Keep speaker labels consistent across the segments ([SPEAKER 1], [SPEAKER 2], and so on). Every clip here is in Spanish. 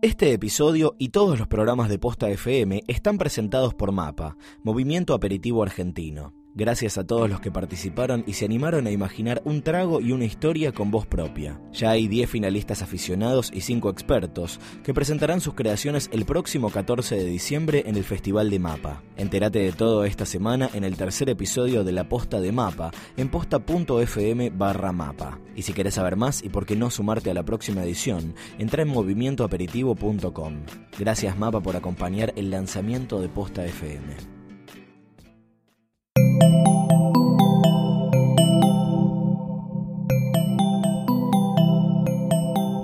[SPEAKER 1] Este episodio y todos los programas de Posta FM están presentados por MAPA, Movimiento Aperitivo Argentino. Gracias a todos los que participaron y se animaron a imaginar un trago y una historia con voz propia. Ya hay 10 finalistas aficionados y 5 expertos que presentarán sus creaciones el próximo 14 de diciembre en el Festival de Mapa. Entérate de todo esta semana en el tercer episodio de La Posta de Mapa en posta.fm barra mapa. Y si querés saber más y por qué no sumarte a la próxima edición, entra en movimientoaperitivo.com. Gracias Mapa por acompañar el lanzamiento de Posta FM.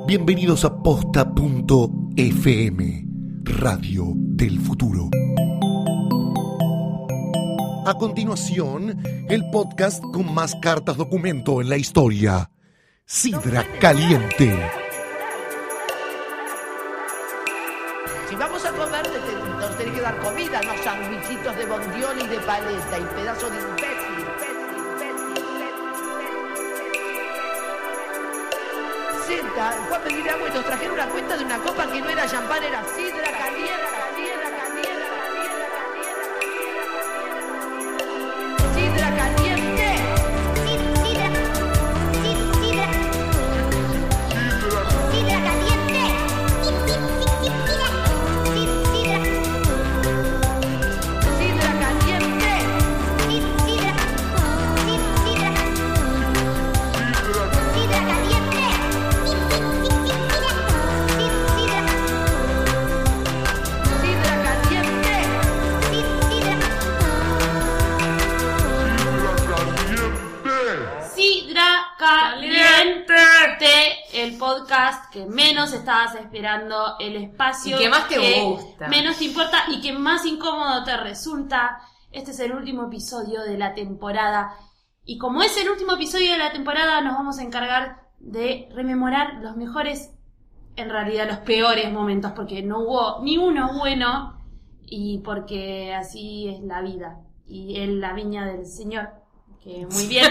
[SPEAKER 2] Bienvenidos a posta.fm, Radio del Futuro. A continuación, el podcast con más cartas documento en la historia. Sidra Caliente.
[SPEAKER 3] Si vamos a comer, te- te- nos tenés que dar comida, no sandwichitos de bondiol y de paleta y pedazo de imbécil. Senta, fue a pedir agua y nos trajeron una cuenta de una copa que no era champán, era sidra caliente. sidra caliente, sidra caliente, sidra caliente, sidra caliente,
[SPEAKER 4] Sidra Caliente, el podcast que menos estabas esperando, el espacio
[SPEAKER 5] Y que más te
[SPEAKER 4] que
[SPEAKER 5] gusta.
[SPEAKER 4] menos te importa y que más incómodo te resulta. Este es el último episodio de la temporada y como es el último episodio de la temporada nos vamos a encargar de rememorar los mejores, en realidad los peores momentos porque no hubo ni uno bueno y porque así es la vida y es la viña del Señor. Que muy bien.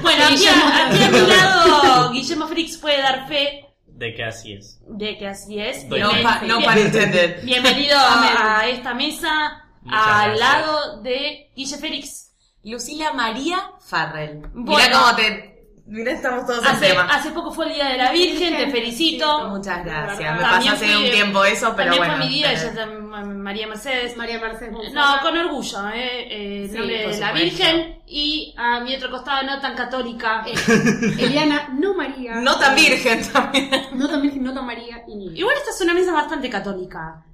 [SPEAKER 4] Bueno, aquí, a- aquí a mi lado Guillermo Frix puede dar fe
[SPEAKER 6] De que así es.
[SPEAKER 4] de que así es.
[SPEAKER 6] Doy
[SPEAKER 4] Bien-
[SPEAKER 6] fe.
[SPEAKER 5] pa-
[SPEAKER 4] bien-
[SPEAKER 5] pun intended.
[SPEAKER 4] bienvenido a, a esta mesa
[SPEAKER 6] Muchas
[SPEAKER 4] al
[SPEAKER 6] gracias.
[SPEAKER 4] lado de Guille Félix.
[SPEAKER 5] Lucila María Farrell.
[SPEAKER 4] Bueno.
[SPEAKER 5] Mirá cómo te. Mirá, estamos todos en
[SPEAKER 4] Hace,
[SPEAKER 5] tema.
[SPEAKER 4] hace poco fue el Día de la Virgen, te felicito.
[SPEAKER 5] Muchas gracias. Me pasó
[SPEAKER 4] También
[SPEAKER 5] hace
[SPEAKER 4] fui-
[SPEAKER 5] un tiempo eso, pero
[SPEAKER 4] También
[SPEAKER 5] bueno.
[SPEAKER 4] fue mi día, ella
[SPEAKER 5] eh,
[SPEAKER 4] tam- María Mercedes.
[SPEAKER 7] María Mercedes
[SPEAKER 4] No, con orgullo, ¿eh? eh, el
[SPEAKER 5] Sí,
[SPEAKER 4] nombre
[SPEAKER 5] por
[SPEAKER 4] de la
[SPEAKER 5] supuesto.
[SPEAKER 4] Virgen y a mi otro costado no tan católica.
[SPEAKER 7] Eliana, no María. Eh,
[SPEAKER 5] No tan virgen también.
[SPEAKER 7] No tan virgen, no tan María y ni.
[SPEAKER 4] Igual esta es una mesa bastante católica.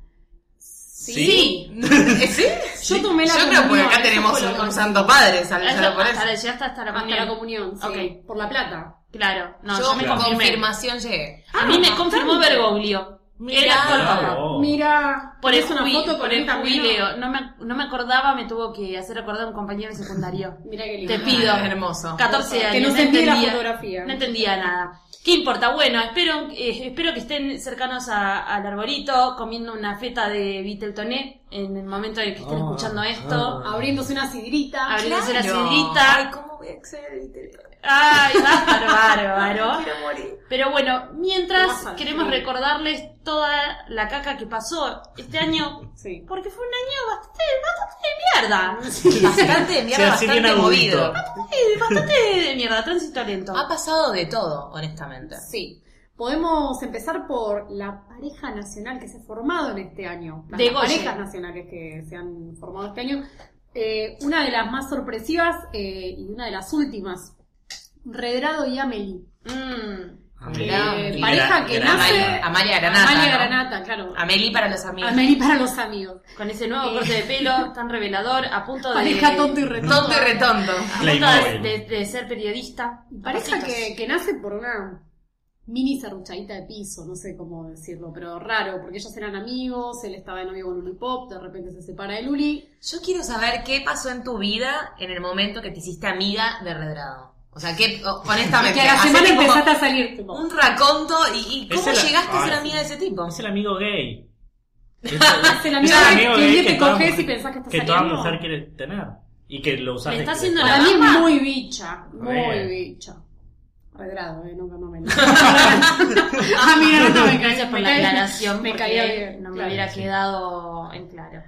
[SPEAKER 4] Sí.
[SPEAKER 5] Eh, ¿Sí?
[SPEAKER 7] Yo tomé la
[SPEAKER 5] Yo creo que
[SPEAKER 7] comunión,
[SPEAKER 5] acá
[SPEAKER 7] eso
[SPEAKER 5] tenemos
[SPEAKER 7] fue lo
[SPEAKER 5] un,
[SPEAKER 7] que-
[SPEAKER 5] un santo padre, ¿sabes?
[SPEAKER 4] Hasta,
[SPEAKER 5] por eso.
[SPEAKER 4] hasta, llegaste hasta la
[SPEAKER 7] Hasta
[SPEAKER 4] comunión.
[SPEAKER 7] la comunión, sí.
[SPEAKER 4] Ok.
[SPEAKER 7] Por la plata.
[SPEAKER 4] Claro, no, yo,
[SPEAKER 5] yo
[SPEAKER 4] me
[SPEAKER 5] con
[SPEAKER 4] confirmé. Ah,
[SPEAKER 5] confirmación llegué. Ah,
[SPEAKER 4] A mí me confirmó Bergoglio.
[SPEAKER 5] Mirá.
[SPEAKER 4] Era
[SPEAKER 6] Claro.
[SPEAKER 4] colgado.
[SPEAKER 6] Oh.
[SPEAKER 7] Ah, Mira,
[SPEAKER 4] Por el
[SPEAKER 7] ¿tenés una
[SPEAKER 4] jubi-
[SPEAKER 7] foto
[SPEAKER 4] por
[SPEAKER 7] con
[SPEAKER 4] el
[SPEAKER 7] él también.
[SPEAKER 4] jubileo. No me, no me acordaba, me tuvo que hacer acordar un compañero de secundario.
[SPEAKER 7] Mira qué lindo.
[SPEAKER 4] Te pido.
[SPEAKER 5] Ah, hermoso.
[SPEAKER 4] 14 años.
[SPEAKER 7] Que no
[SPEAKER 4] no
[SPEAKER 7] se envíe la
[SPEAKER 4] entendía-
[SPEAKER 7] fotografía.
[SPEAKER 4] No entendía nada. ¿Qué importa? Bueno, espero, eh, espero que estén cercanos a- al arbolito, comiendo una feta de Viteltoné en el momento en el que estén escuchando esto.
[SPEAKER 7] Abriéndose una sidrita.
[SPEAKER 4] Abriéndose la
[SPEAKER 5] Claro.
[SPEAKER 4] sidrita.
[SPEAKER 5] Ay, ¿cómo voy a acceder al interior?
[SPEAKER 4] Ay, bárbaro, bárbaro.
[SPEAKER 5] Quiero morir.
[SPEAKER 4] Pero bueno, mientras
[SPEAKER 7] Vas a
[SPEAKER 4] queremos
[SPEAKER 7] decir.
[SPEAKER 4] recordarles toda la caca que pasó este año,
[SPEAKER 7] Sí.
[SPEAKER 4] porque fue un año bastante, bastante de mierda.
[SPEAKER 5] Bastante de mierda,
[SPEAKER 6] Sí, así bien
[SPEAKER 5] bastante
[SPEAKER 6] adulto.
[SPEAKER 5] movido.
[SPEAKER 4] Sí, bastante de mierda, tránsito lento.
[SPEAKER 5] Ha pasado de todo, honestamente.
[SPEAKER 7] Sí. Podemos empezar por la pareja nacional que se ha formado en este año. Las
[SPEAKER 4] De
[SPEAKER 7] las
[SPEAKER 4] Goye.
[SPEAKER 7] parejas nacionales que se han formado este año. Eh, una de las más sorpresivas eh, y una de las últimas. Redrado y Amelie.
[SPEAKER 4] Mm.
[SPEAKER 5] Mirá.
[SPEAKER 7] Eh, pareja que
[SPEAKER 6] Ah, Gran- Ah,
[SPEAKER 7] nace
[SPEAKER 5] Amalia, Amalia Granata.
[SPEAKER 7] Amalia
[SPEAKER 5] ¿no?
[SPEAKER 7] Granata, claro.
[SPEAKER 5] Amelie para los amigos.
[SPEAKER 7] Amelie para los amigos.
[SPEAKER 4] Con ese nuevo corte de pelo tan revelador, a punto de,
[SPEAKER 7] Pareja tonto y retonto.
[SPEAKER 5] Tonto y retonto.
[SPEAKER 4] a punto de,
[SPEAKER 6] Playmobil.
[SPEAKER 4] de- de ser periodista.
[SPEAKER 7] Pareja
[SPEAKER 4] Pasitos.
[SPEAKER 7] que, que nace por una mini serruchadita de piso, no sé cómo decirlo, pero raro, porque ellos eran amigos, él estaba de novio con Luli Pop, de repente se separa de Luli.
[SPEAKER 5] Yo quiero saber qué pasó en tu vida en el momento que te hiciste amiga de Redrado. O sea, que o- honestamente,
[SPEAKER 7] Que a la
[SPEAKER 5] haceme
[SPEAKER 7] semana
[SPEAKER 5] como
[SPEAKER 7] empezaste a salir, tipo,
[SPEAKER 5] un raconto y, y
[SPEAKER 6] Es
[SPEAKER 5] cómo
[SPEAKER 6] el-
[SPEAKER 5] llegaste a ser
[SPEAKER 7] Ah,
[SPEAKER 6] ay.
[SPEAKER 5] amiga de ese tipo.
[SPEAKER 6] Es el amigo gay. Es el,
[SPEAKER 7] el amigo gay que un día te coges y pensás que estás
[SPEAKER 6] Que toda
[SPEAKER 7] saliendo.
[SPEAKER 6] mujer quiere tener. Y que lo usas
[SPEAKER 4] Me
[SPEAKER 6] de
[SPEAKER 4] está
[SPEAKER 6] que-
[SPEAKER 4] haciendo
[SPEAKER 7] para
[SPEAKER 4] la
[SPEAKER 7] mí
[SPEAKER 4] gamba.
[SPEAKER 7] muy bicha, muy
[SPEAKER 6] Re.
[SPEAKER 7] bicha. Redrado, eh, no, no me Ah, mira, no, no, me caía
[SPEAKER 4] Gracias por
[SPEAKER 7] me
[SPEAKER 4] la
[SPEAKER 7] caía-
[SPEAKER 4] aclaración,
[SPEAKER 7] Me
[SPEAKER 4] porque
[SPEAKER 7] caía bien.
[SPEAKER 4] no me
[SPEAKER 7] claro.
[SPEAKER 4] hubiera
[SPEAKER 6] Sí.
[SPEAKER 4] quedado en claro.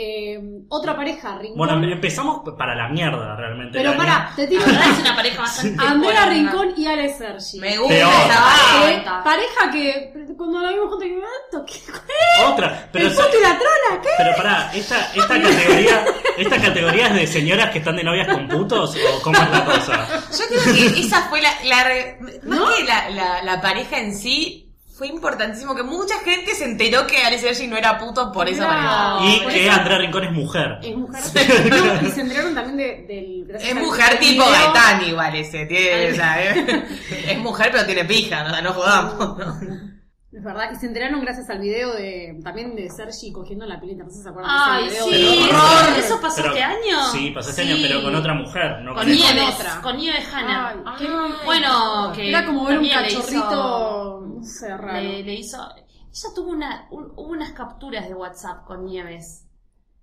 [SPEAKER 7] Eh, otra pareja, Rincón.
[SPEAKER 6] Bueno, empezamos para la mierda realmente.
[SPEAKER 7] pero
[SPEAKER 6] La
[SPEAKER 7] pará, te digo.
[SPEAKER 4] La verdad es una pareja bastante.
[SPEAKER 7] Andrea
[SPEAKER 4] buena.
[SPEAKER 7] Rincón y Ale Sergi.
[SPEAKER 5] Me gusta
[SPEAKER 6] Peor.
[SPEAKER 5] esa
[SPEAKER 7] Eh,
[SPEAKER 5] banda.
[SPEAKER 4] gusta.
[SPEAKER 7] pareja que cuando la vimos juntos, que, ah, ¿qué?
[SPEAKER 6] mierda. Otra. Pero,
[SPEAKER 7] el puto y la trona, ¿qué?
[SPEAKER 6] pero pará, esta, esta categoría, esta categoría es de señoras que están de novias con putos o cómo es la cosa.
[SPEAKER 5] Yo creo que esa fue la. la re- más que la, la- la pareja en sí, fue importantísimo que mucha gente se enteró que Alex Sergi no era puto por esa
[SPEAKER 7] No.
[SPEAKER 5] pareja.
[SPEAKER 6] y
[SPEAKER 7] por
[SPEAKER 6] que
[SPEAKER 7] eso-
[SPEAKER 6] Andrea Rincón es mujer.
[SPEAKER 7] Es mujer. No, y se enteraron también de- del. gracias
[SPEAKER 5] Es
[SPEAKER 7] al-
[SPEAKER 5] mujer
[SPEAKER 7] al
[SPEAKER 5] tipo
[SPEAKER 7] video.
[SPEAKER 5] Gaetán igual ese, tiene, o sea, eh. es mujer pero tiene pija, o sea, no jodamos. ¿no?
[SPEAKER 7] Es verdad, y se enteraron gracias al video de también de Sergi cogiendo la pileta. No sé si se acuerdan de
[SPEAKER 4] Ay,
[SPEAKER 7] ese
[SPEAKER 4] sí,
[SPEAKER 7] video.
[SPEAKER 6] Pero-
[SPEAKER 4] eso,
[SPEAKER 6] horror.
[SPEAKER 4] eso pasó
[SPEAKER 6] Pero-
[SPEAKER 4] este año.
[SPEAKER 6] Sí, pasó este
[SPEAKER 4] Sí.
[SPEAKER 6] año, pero con otra mujer. No
[SPEAKER 4] Con
[SPEAKER 6] el-
[SPEAKER 7] Nieve.
[SPEAKER 4] Nieves,
[SPEAKER 7] otra.
[SPEAKER 4] con Nieves Hanna.
[SPEAKER 7] Ay, qué-
[SPEAKER 4] bueno, que
[SPEAKER 7] Era como ver un
[SPEAKER 4] también le hizo-
[SPEAKER 7] cachorrito. No sé, raro.
[SPEAKER 4] Le, le hizo. Ella tuvo una, un- hubo unas capturas de WhatsApp con Nieves.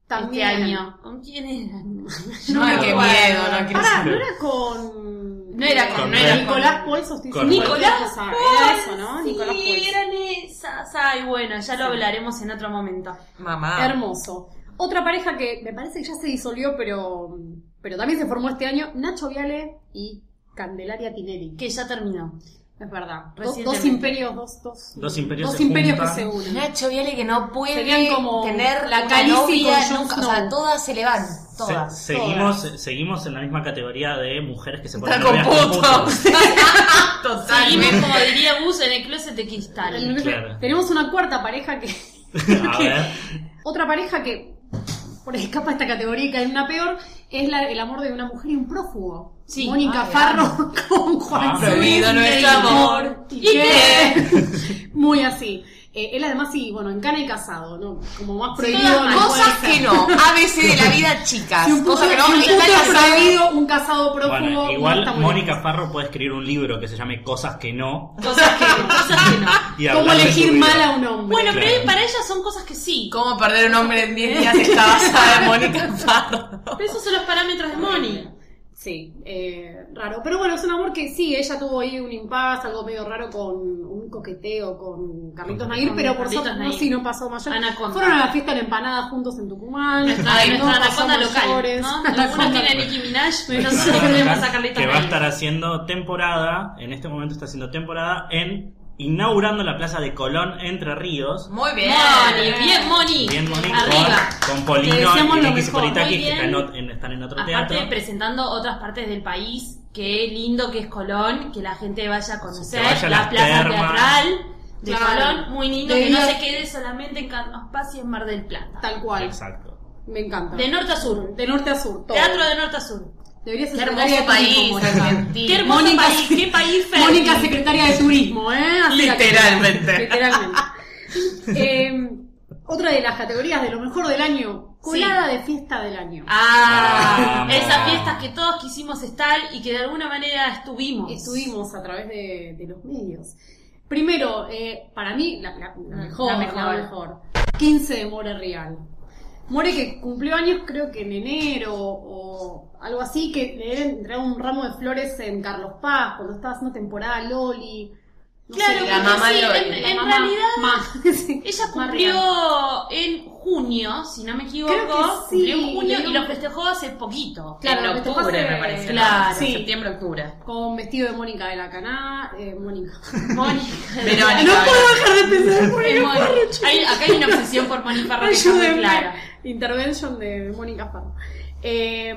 [SPEAKER 7] También.
[SPEAKER 4] Este año. ¿Con quién eran?
[SPEAKER 7] No
[SPEAKER 5] Ay,
[SPEAKER 7] me
[SPEAKER 5] qué
[SPEAKER 7] acuerdo.
[SPEAKER 5] miedo, no quiero
[SPEAKER 7] Pará,
[SPEAKER 6] saber.
[SPEAKER 7] no era con.
[SPEAKER 4] No era
[SPEAKER 6] con- Con no era
[SPEAKER 7] Nicolás
[SPEAKER 4] con-
[SPEAKER 7] Polso, estoy
[SPEAKER 6] con-
[SPEAKER 7] diciendo
[SPEAKER 4] Nicolás
[SPEAKER 7] cualquier cosa. Era eso, ¿no?
[SPEAKER 4] Sí,
[SPEAKER 7] Nicolás Polso.
[SPEAKER 4] eran esas. Ay, bueno, ya lo hablaremos en otro momento.
[SPEAKER 5] Mamá.
[SPEAKER 7] Hermoso. Otra pareja que me parece que ya se disolvió, pero, pero también se formó este año, Nacho Viale y Candelaria Tinelli.
[SPEAKER 4] Que ya terminó.
[SPEAKER 7] Es verdad. do- Dos,
[SPEAKER 4] Recientemente.
[SPEAKER 7] imperios, dos, dos,
[SPEAKER 6] Dos imperios
[SPEAKER 7] dos
[SPEAKER 6] se
[SPEAKER 7] imperios que
[SPEAKER 6] juntan.
[SPEAKER 7] se unen.
[SPEAKER 5] Nacho Viale que no puede
[SPEAKER 7] Serían como
[SPEAKER 5] tener
[SPEAKER 7] la
[SPEAKER 5] la
[SPEAKER 7] Khaleesi
[SPEAKER 5] calicia
[SPEAKER 7] con Jon
[SPEAKER 5] nunca, o
[SPEAKER 7] Snow.
[SPEAKER 5] sea, todas se le van,
[SPEAKER 6] Se-
[SPEAKER 5] todas.
[SPEAKER 6] seguimos, seguimos en la misma categoría de mujeres que se ponen
[SPEAKER 5] Está con
[SPEAKER 6] novias con
[SPEAKER 5] putos.
[SPEAKER 6] putos.
[SPEAKER 4] Seguimos,
[SPEAKER 5] Totalmente.
[SPEAKER 4] como diría Gus, en el closet de cristal.
[SPEAKER 6] Claro.
[SPEAKER 7] Tenemos una cuarta pareja que.
[SPEAKER 6] A ver.
[SPEAKER 7] Otra pareja que por escapa esta categoría y cae en una peor es la, el amor de una mujer y un prófugo.
[SPEAKER 4] Sí.
[SPEAKER 7] Mónica
[SPEAKER 5] Ay,
[SPEAKER 7] Farro con Juan
[SPEAKER 6] Ah,
[SPEAKER 5] prohibido
[SPEAKER 7] Solís.
[SPEAKER 5] nuestro amor.
[SPEAKER 7] ¿Y
[SPEAKER 5] ¿Y
[SPEAKER 7] qué? Muy así. Eh, él además sí, bueno, en cana y casado, ¿no? Como más prohibido.
[SPEAKER 5] Todas
[SPEAKER 7] no puede
[SPEAKER 5] cosas
[SPEAKER 7] ser.
[SPEAKER 5] que no, ABC de la vida chicas,
[SPEAKER 7] Si un puto,
[SPEAKER 5] cosas que no,
[SPEAKER 7] si un
[SPEAKER 5] está
[SPEAKER 7] puto
[SPEAKER 5] casado.
[SPEAKER 7] prohibido, un casado prófugo.
[SPEAKER 6] Bueno,
[SPEAKER 7] no
[SPEAKER 6] igual
[SPEAKER 7] está muy
[SPEAKER 6] Mónica
[SPEAKER 7] bien.
[SPEAKER 6] Farro puede escribir un libro que se llame Cosas que no.
[SPEAKER 4] Cosas que, cosas que no.
[SPEAKER 6] Y
[SPEAKER 7] ¿Cómo
[SPEAKER 6] hablar de su
[SPEAKER 7] elegir
[SPEAKER 6] vida.
[SPEAKER 7] mal a un hombre?
[SPEAKER 4] Bueno, pero
[SPEAKER 6] Claro.
[SPEAKER 4] para ella son cosas que sí.
[SPEAKER 5] ¿Cómo perder un hombre en 10 días está basada en Mónica Farro?
[SPEAKER 4] Pero esos son los parámetros de Moni.
[SPEAKER 7] Sí, eh, raro. Pero bueno, es un amor que sí, ella tuvo ahí un impasse, algo medio raro con un coqueteo con Carlitos Nair,
[SPEAKER 4] Con
[SPEAKER 7] pero por
[SPEAKER 4] Carlitos
[SPEAKER 7] suerte no,
[SPEAKER 4] Nair.
[SPEAKER 7] sí, no pasó mayor.
[SPEAKER 4] Anaconda.
[SPEAKER 7] Fueron a la fiesta de la empanada juntos en Tucumán.
[SPEAKER 4] Nuestra,
[SPEAKER 5] Ay,
[SPEAKER 4] nuestra
[SPEAKER 7] no pasó
[SPEAKER 4] anaconda local.
[SPEAKER 7] mayores.
[SPEAKER 4] ¿no?
[SPEAKER 7] Anaconda
[SPEAKER 4] Algunos tienen
[SPEAKER 7] local.
[SPEAKER 4] Nicki Minaj, pero nosotros tenemos a Carlita
[SPEAKER 6] que va a
[SPEAKER 4] Reina.
[SPEAKER 6] estar haciendo temporada, en este momento está haciendo temporada en inaugurando la plaza de Colón Entre Ríos.
[SPEAKER 5] Muy bien.
[SPEAKER 4] Moni, bien Moni.
[SPEAKER 6] Bien Moni
[SPEAKER 4] Arriba.
[SPEAKER 6] con, con Polino
[SPEAKER 7] Te
[SPEAKER 6] y
[SPEAKER 7] deseamos lo
[SPEAKER 6] Nicky
[SPEAKER 7] mejor.
[SPEAKER 6] Spolitakis,
[SPEAKER 4] Muy
[SPEAKER 6] que están en,
[SPEAKER 4] bien.
[SPEAKER 6] ot- en- están en otro
[SPEAKER 4] Aparte
[SPEAKER 6] teatro.
[SPEAKER 4] presentando otras partes del país, qué lindo que es Colón, que la gente vaya a conocer
[SPEAKER 6] Que vaya a
[SPEAKER 4] la
[SPEAKER 6] las
[SPEAKER 4] plaza
[SPEAKER 6] termas.
[SPEAKER 4] teatral de
[SPEAKER 7] Claro.
[SPEAKER 4] Colón, muy lindo
[SPEAKER 7] De
[SPEAKER 4] que no
[SPEAKER 7] día-
[SPEAKER 4] se quede solamente en Carlos Paz y en Mar del Plata.
[SPEAKER 7] Tal cual.
[SPEAKER 6] Exacto.
[SPEAKER 7] Me encanta.
[SPEAKER 4] De norte a sur.
[SPEAKER 7] De norte a sur. Todo.
[SPEAKER 4] Teatro de norte a sur.
[SPEAKER 7] Debería ser
[SPEAKER 5] Qué
[SPEAKER 7] secretaria
[SPEAKER 5] hermoso
[SPEAKER 7] de turismo,
[SPEAKER 5] país,
[SPEAKER 7] Mónica.
[SPEAKER 5] Argentina.
[SPEAKER 4] Qué hermoso
[SPEAKER 7] Mónica-
[SPEAKER 4] país, qué país fértil.
[SPEAKER 7] Mónica, secretaria de turismo, ¿eh? Así la-
[SPEAKER 5] Literalmente.
[SPEAKER 7] Literalmente. Eh, otra de las categorías de lo mejor del año: colada de fiesta del año.
[SPEAKER 4] Ah,
[SPEAKER 6] Vamos.
[SPEAKER 4] esas fiestas que todos quisimos estar y que de alguna manera estuvimos.
[SPEAKER 7] estuvimos a través de, de los medios. Primero, eh, para mí, la, la- la mejor, la
[SPEAKER 4] La
[SPEAKER 7] mejor.
[SPEAKER 4] mejor.
[SPEAKER 7] 15 de More Real. More que cumplió años creo que en enero o algo así, que le deben entregar un ramo de flores en Carlos Paz cuando estaba haciendo temporada Loli. No
[SPEAKER 4] Claro,
[SPEAKER 7] sé,
[SPEAKER 5] la mamá
[SPEAKER 4] sí,
[SPEAKER 5] Loli.
[SPEAKER 4] en,
[SPEAKER 5] La
[SPEAKER 4] en
[SPEAKER 7] mamá-
[SPEAKER 4] realidad
[SPEAKER 7] ma- sí,
[SPEAKER 4] ella
[SPEAKER 7] ma Real.
[SPEAKER 4] cumplió en junio, si no me equivoco,
[SPEAKER 7] Creo que sí,
[SPEAKER 4] cumplió en junio
[SPEAKER 7] creo-
[SPEAKER 4] y lo festejó hace poquito.
[SPEAKER 7] Claro,
[SPEAKER 5] en
[SPEAKER 7] lo que
[SPEAKER 5] octubre,
[SPEAKER 7] pasa
[SPEAKER 5] me
[SPEAKER 7] es-
[SPEAKER 5] parece. ¿no?
[SPEAKER 4] claro,
[SPEAKER 5] En
[SPEAKER 7] sí.
[SPEAKER 5] septiembre, octubre.
[SPEAKER 7] Con vestido de Mónica de la Caná, eh, Mónica.
[SPEAKER 4] Mónica.
[SPEAKER 5] Verónica.
[SPEAKER 7] No puedo dejar de pensar en
[SPEAKER 4] Ay,
[SPEAKER 7] Mónica.
[SPEAKER 4] Moni. Hay- acá hay una obsesión por Moni Farro que está muy
[SPEAKER 7] Ayúdenme.
[SPEAKER 4] clara.
[SPEAKER 7] Intervention de Mónica Farro. Eh,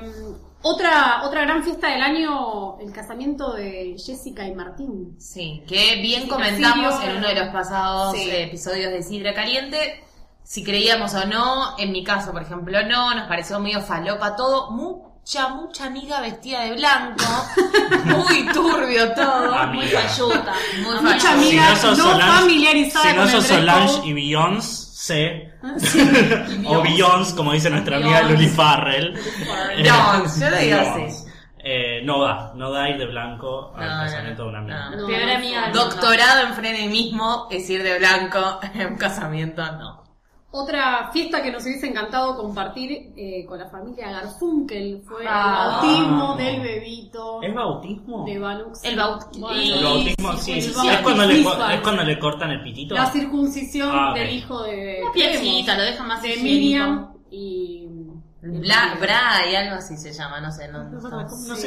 [SPEAKER 7] otra, otra gran fiesta del año, el casamiento de Jessica y Martín.
[SPEAKER 5] Sí, que bien comentamos
[SPEAKER 7] Casillo.
[SPEAKER 5] en uno de los pasados
[SPEAKER 7] Sí.
[SPEAKER 5] eh, episodios de Sidra Caliente. Si creíamos o no, en mi caso, por ejemplo, no, nos pareció medio falopa todo. Mucha, mucha amiga vestida de blanco. Muy turbio todo.
[SPEAKER 4] Muy
[SPEAKER 6] Amiga.
[SPEAKER 4] falluta.
[SPEAKER 5] Muy
[SPEAKER 4] Amiga.
[SPEAKER 7] Mucha
[SPEAKER 5] falluta.
[SPEAKER 7] amiga
[SPEAKER 6] sos
[SPEAKER 7] no familiarizada
[SPEAKER 6] si no
[SPEAKER 7] con el
[SPEAKER 6] sos
[SPEAKER 7] dress
[SPEAKER 6] Solange
[SPEAKER 7] code.
[SPEAKER 6] y Beyoncé, o Beyoncé, como dice nuestra amiga
[SPEAKER 4] Beyoncé.
[SPEAKER 6] Luli Farrell. Eh,
[SPEAKER 5] Beyoncé, yo le digo así.
[SPEAKER 6] Beyoncé. Eh, no da, no da ir de blanco al
[SPEAKER 5] No, no,
[SPEAKER 6] casamiento de una amiga.
[SPEAKER 5] no.
[SPEAKER 4] La Peor amiga. del mundo.
[SPEAKER 5] Doctorado en frenemismo es ir de blanco en un casamiento, no.
[SPEAKER 7] Otra fiesta que nos hubiese encantado compartir eh, con la familia Garfunkel fue
[SPEAKER 5] Ah.
[SPEAKER 7] el bautismo del bebito
[SPEAKER 6] ¿Es bautismo?
[SPEAKER 7] de Banux.
[SPEAKER 5] El baut- y-
[SPEAKER 6] El bautismo, sí.
[SPEAKER 7] el
[SPEAKER 6] sí, sí.
[SPEAKER 7] bautismo.
[SPEAKER 6] ¿Es, cuando le, co-
[SPEAKER 7] Bisbal.
[SPEAKER 6] es cuando le cortan el pitito?
[SPEAKER 7] La circuncisión
[SPEAKER 6] Ah,
[SPEAKER 7] del
[SPEAKER 6] ok.
[SPEAKER 7] hijo de.
[SPEAKER 4] Una piecita, lo deja más
[SPEAKER 7] de
[SPEAKER 4] higiénico.
[SPEAKER 7] Miriam y.
[SPEAKER 5] Bla, bra y algo así se llama, no sé, no,
[SPEAKER 6] No
[SPEAKER 5] no,
[SPEAKER 6] sé
[SPEAKER 4] Claro, no
[SPEAKER 6] cómo
[SPEAKER 4] sé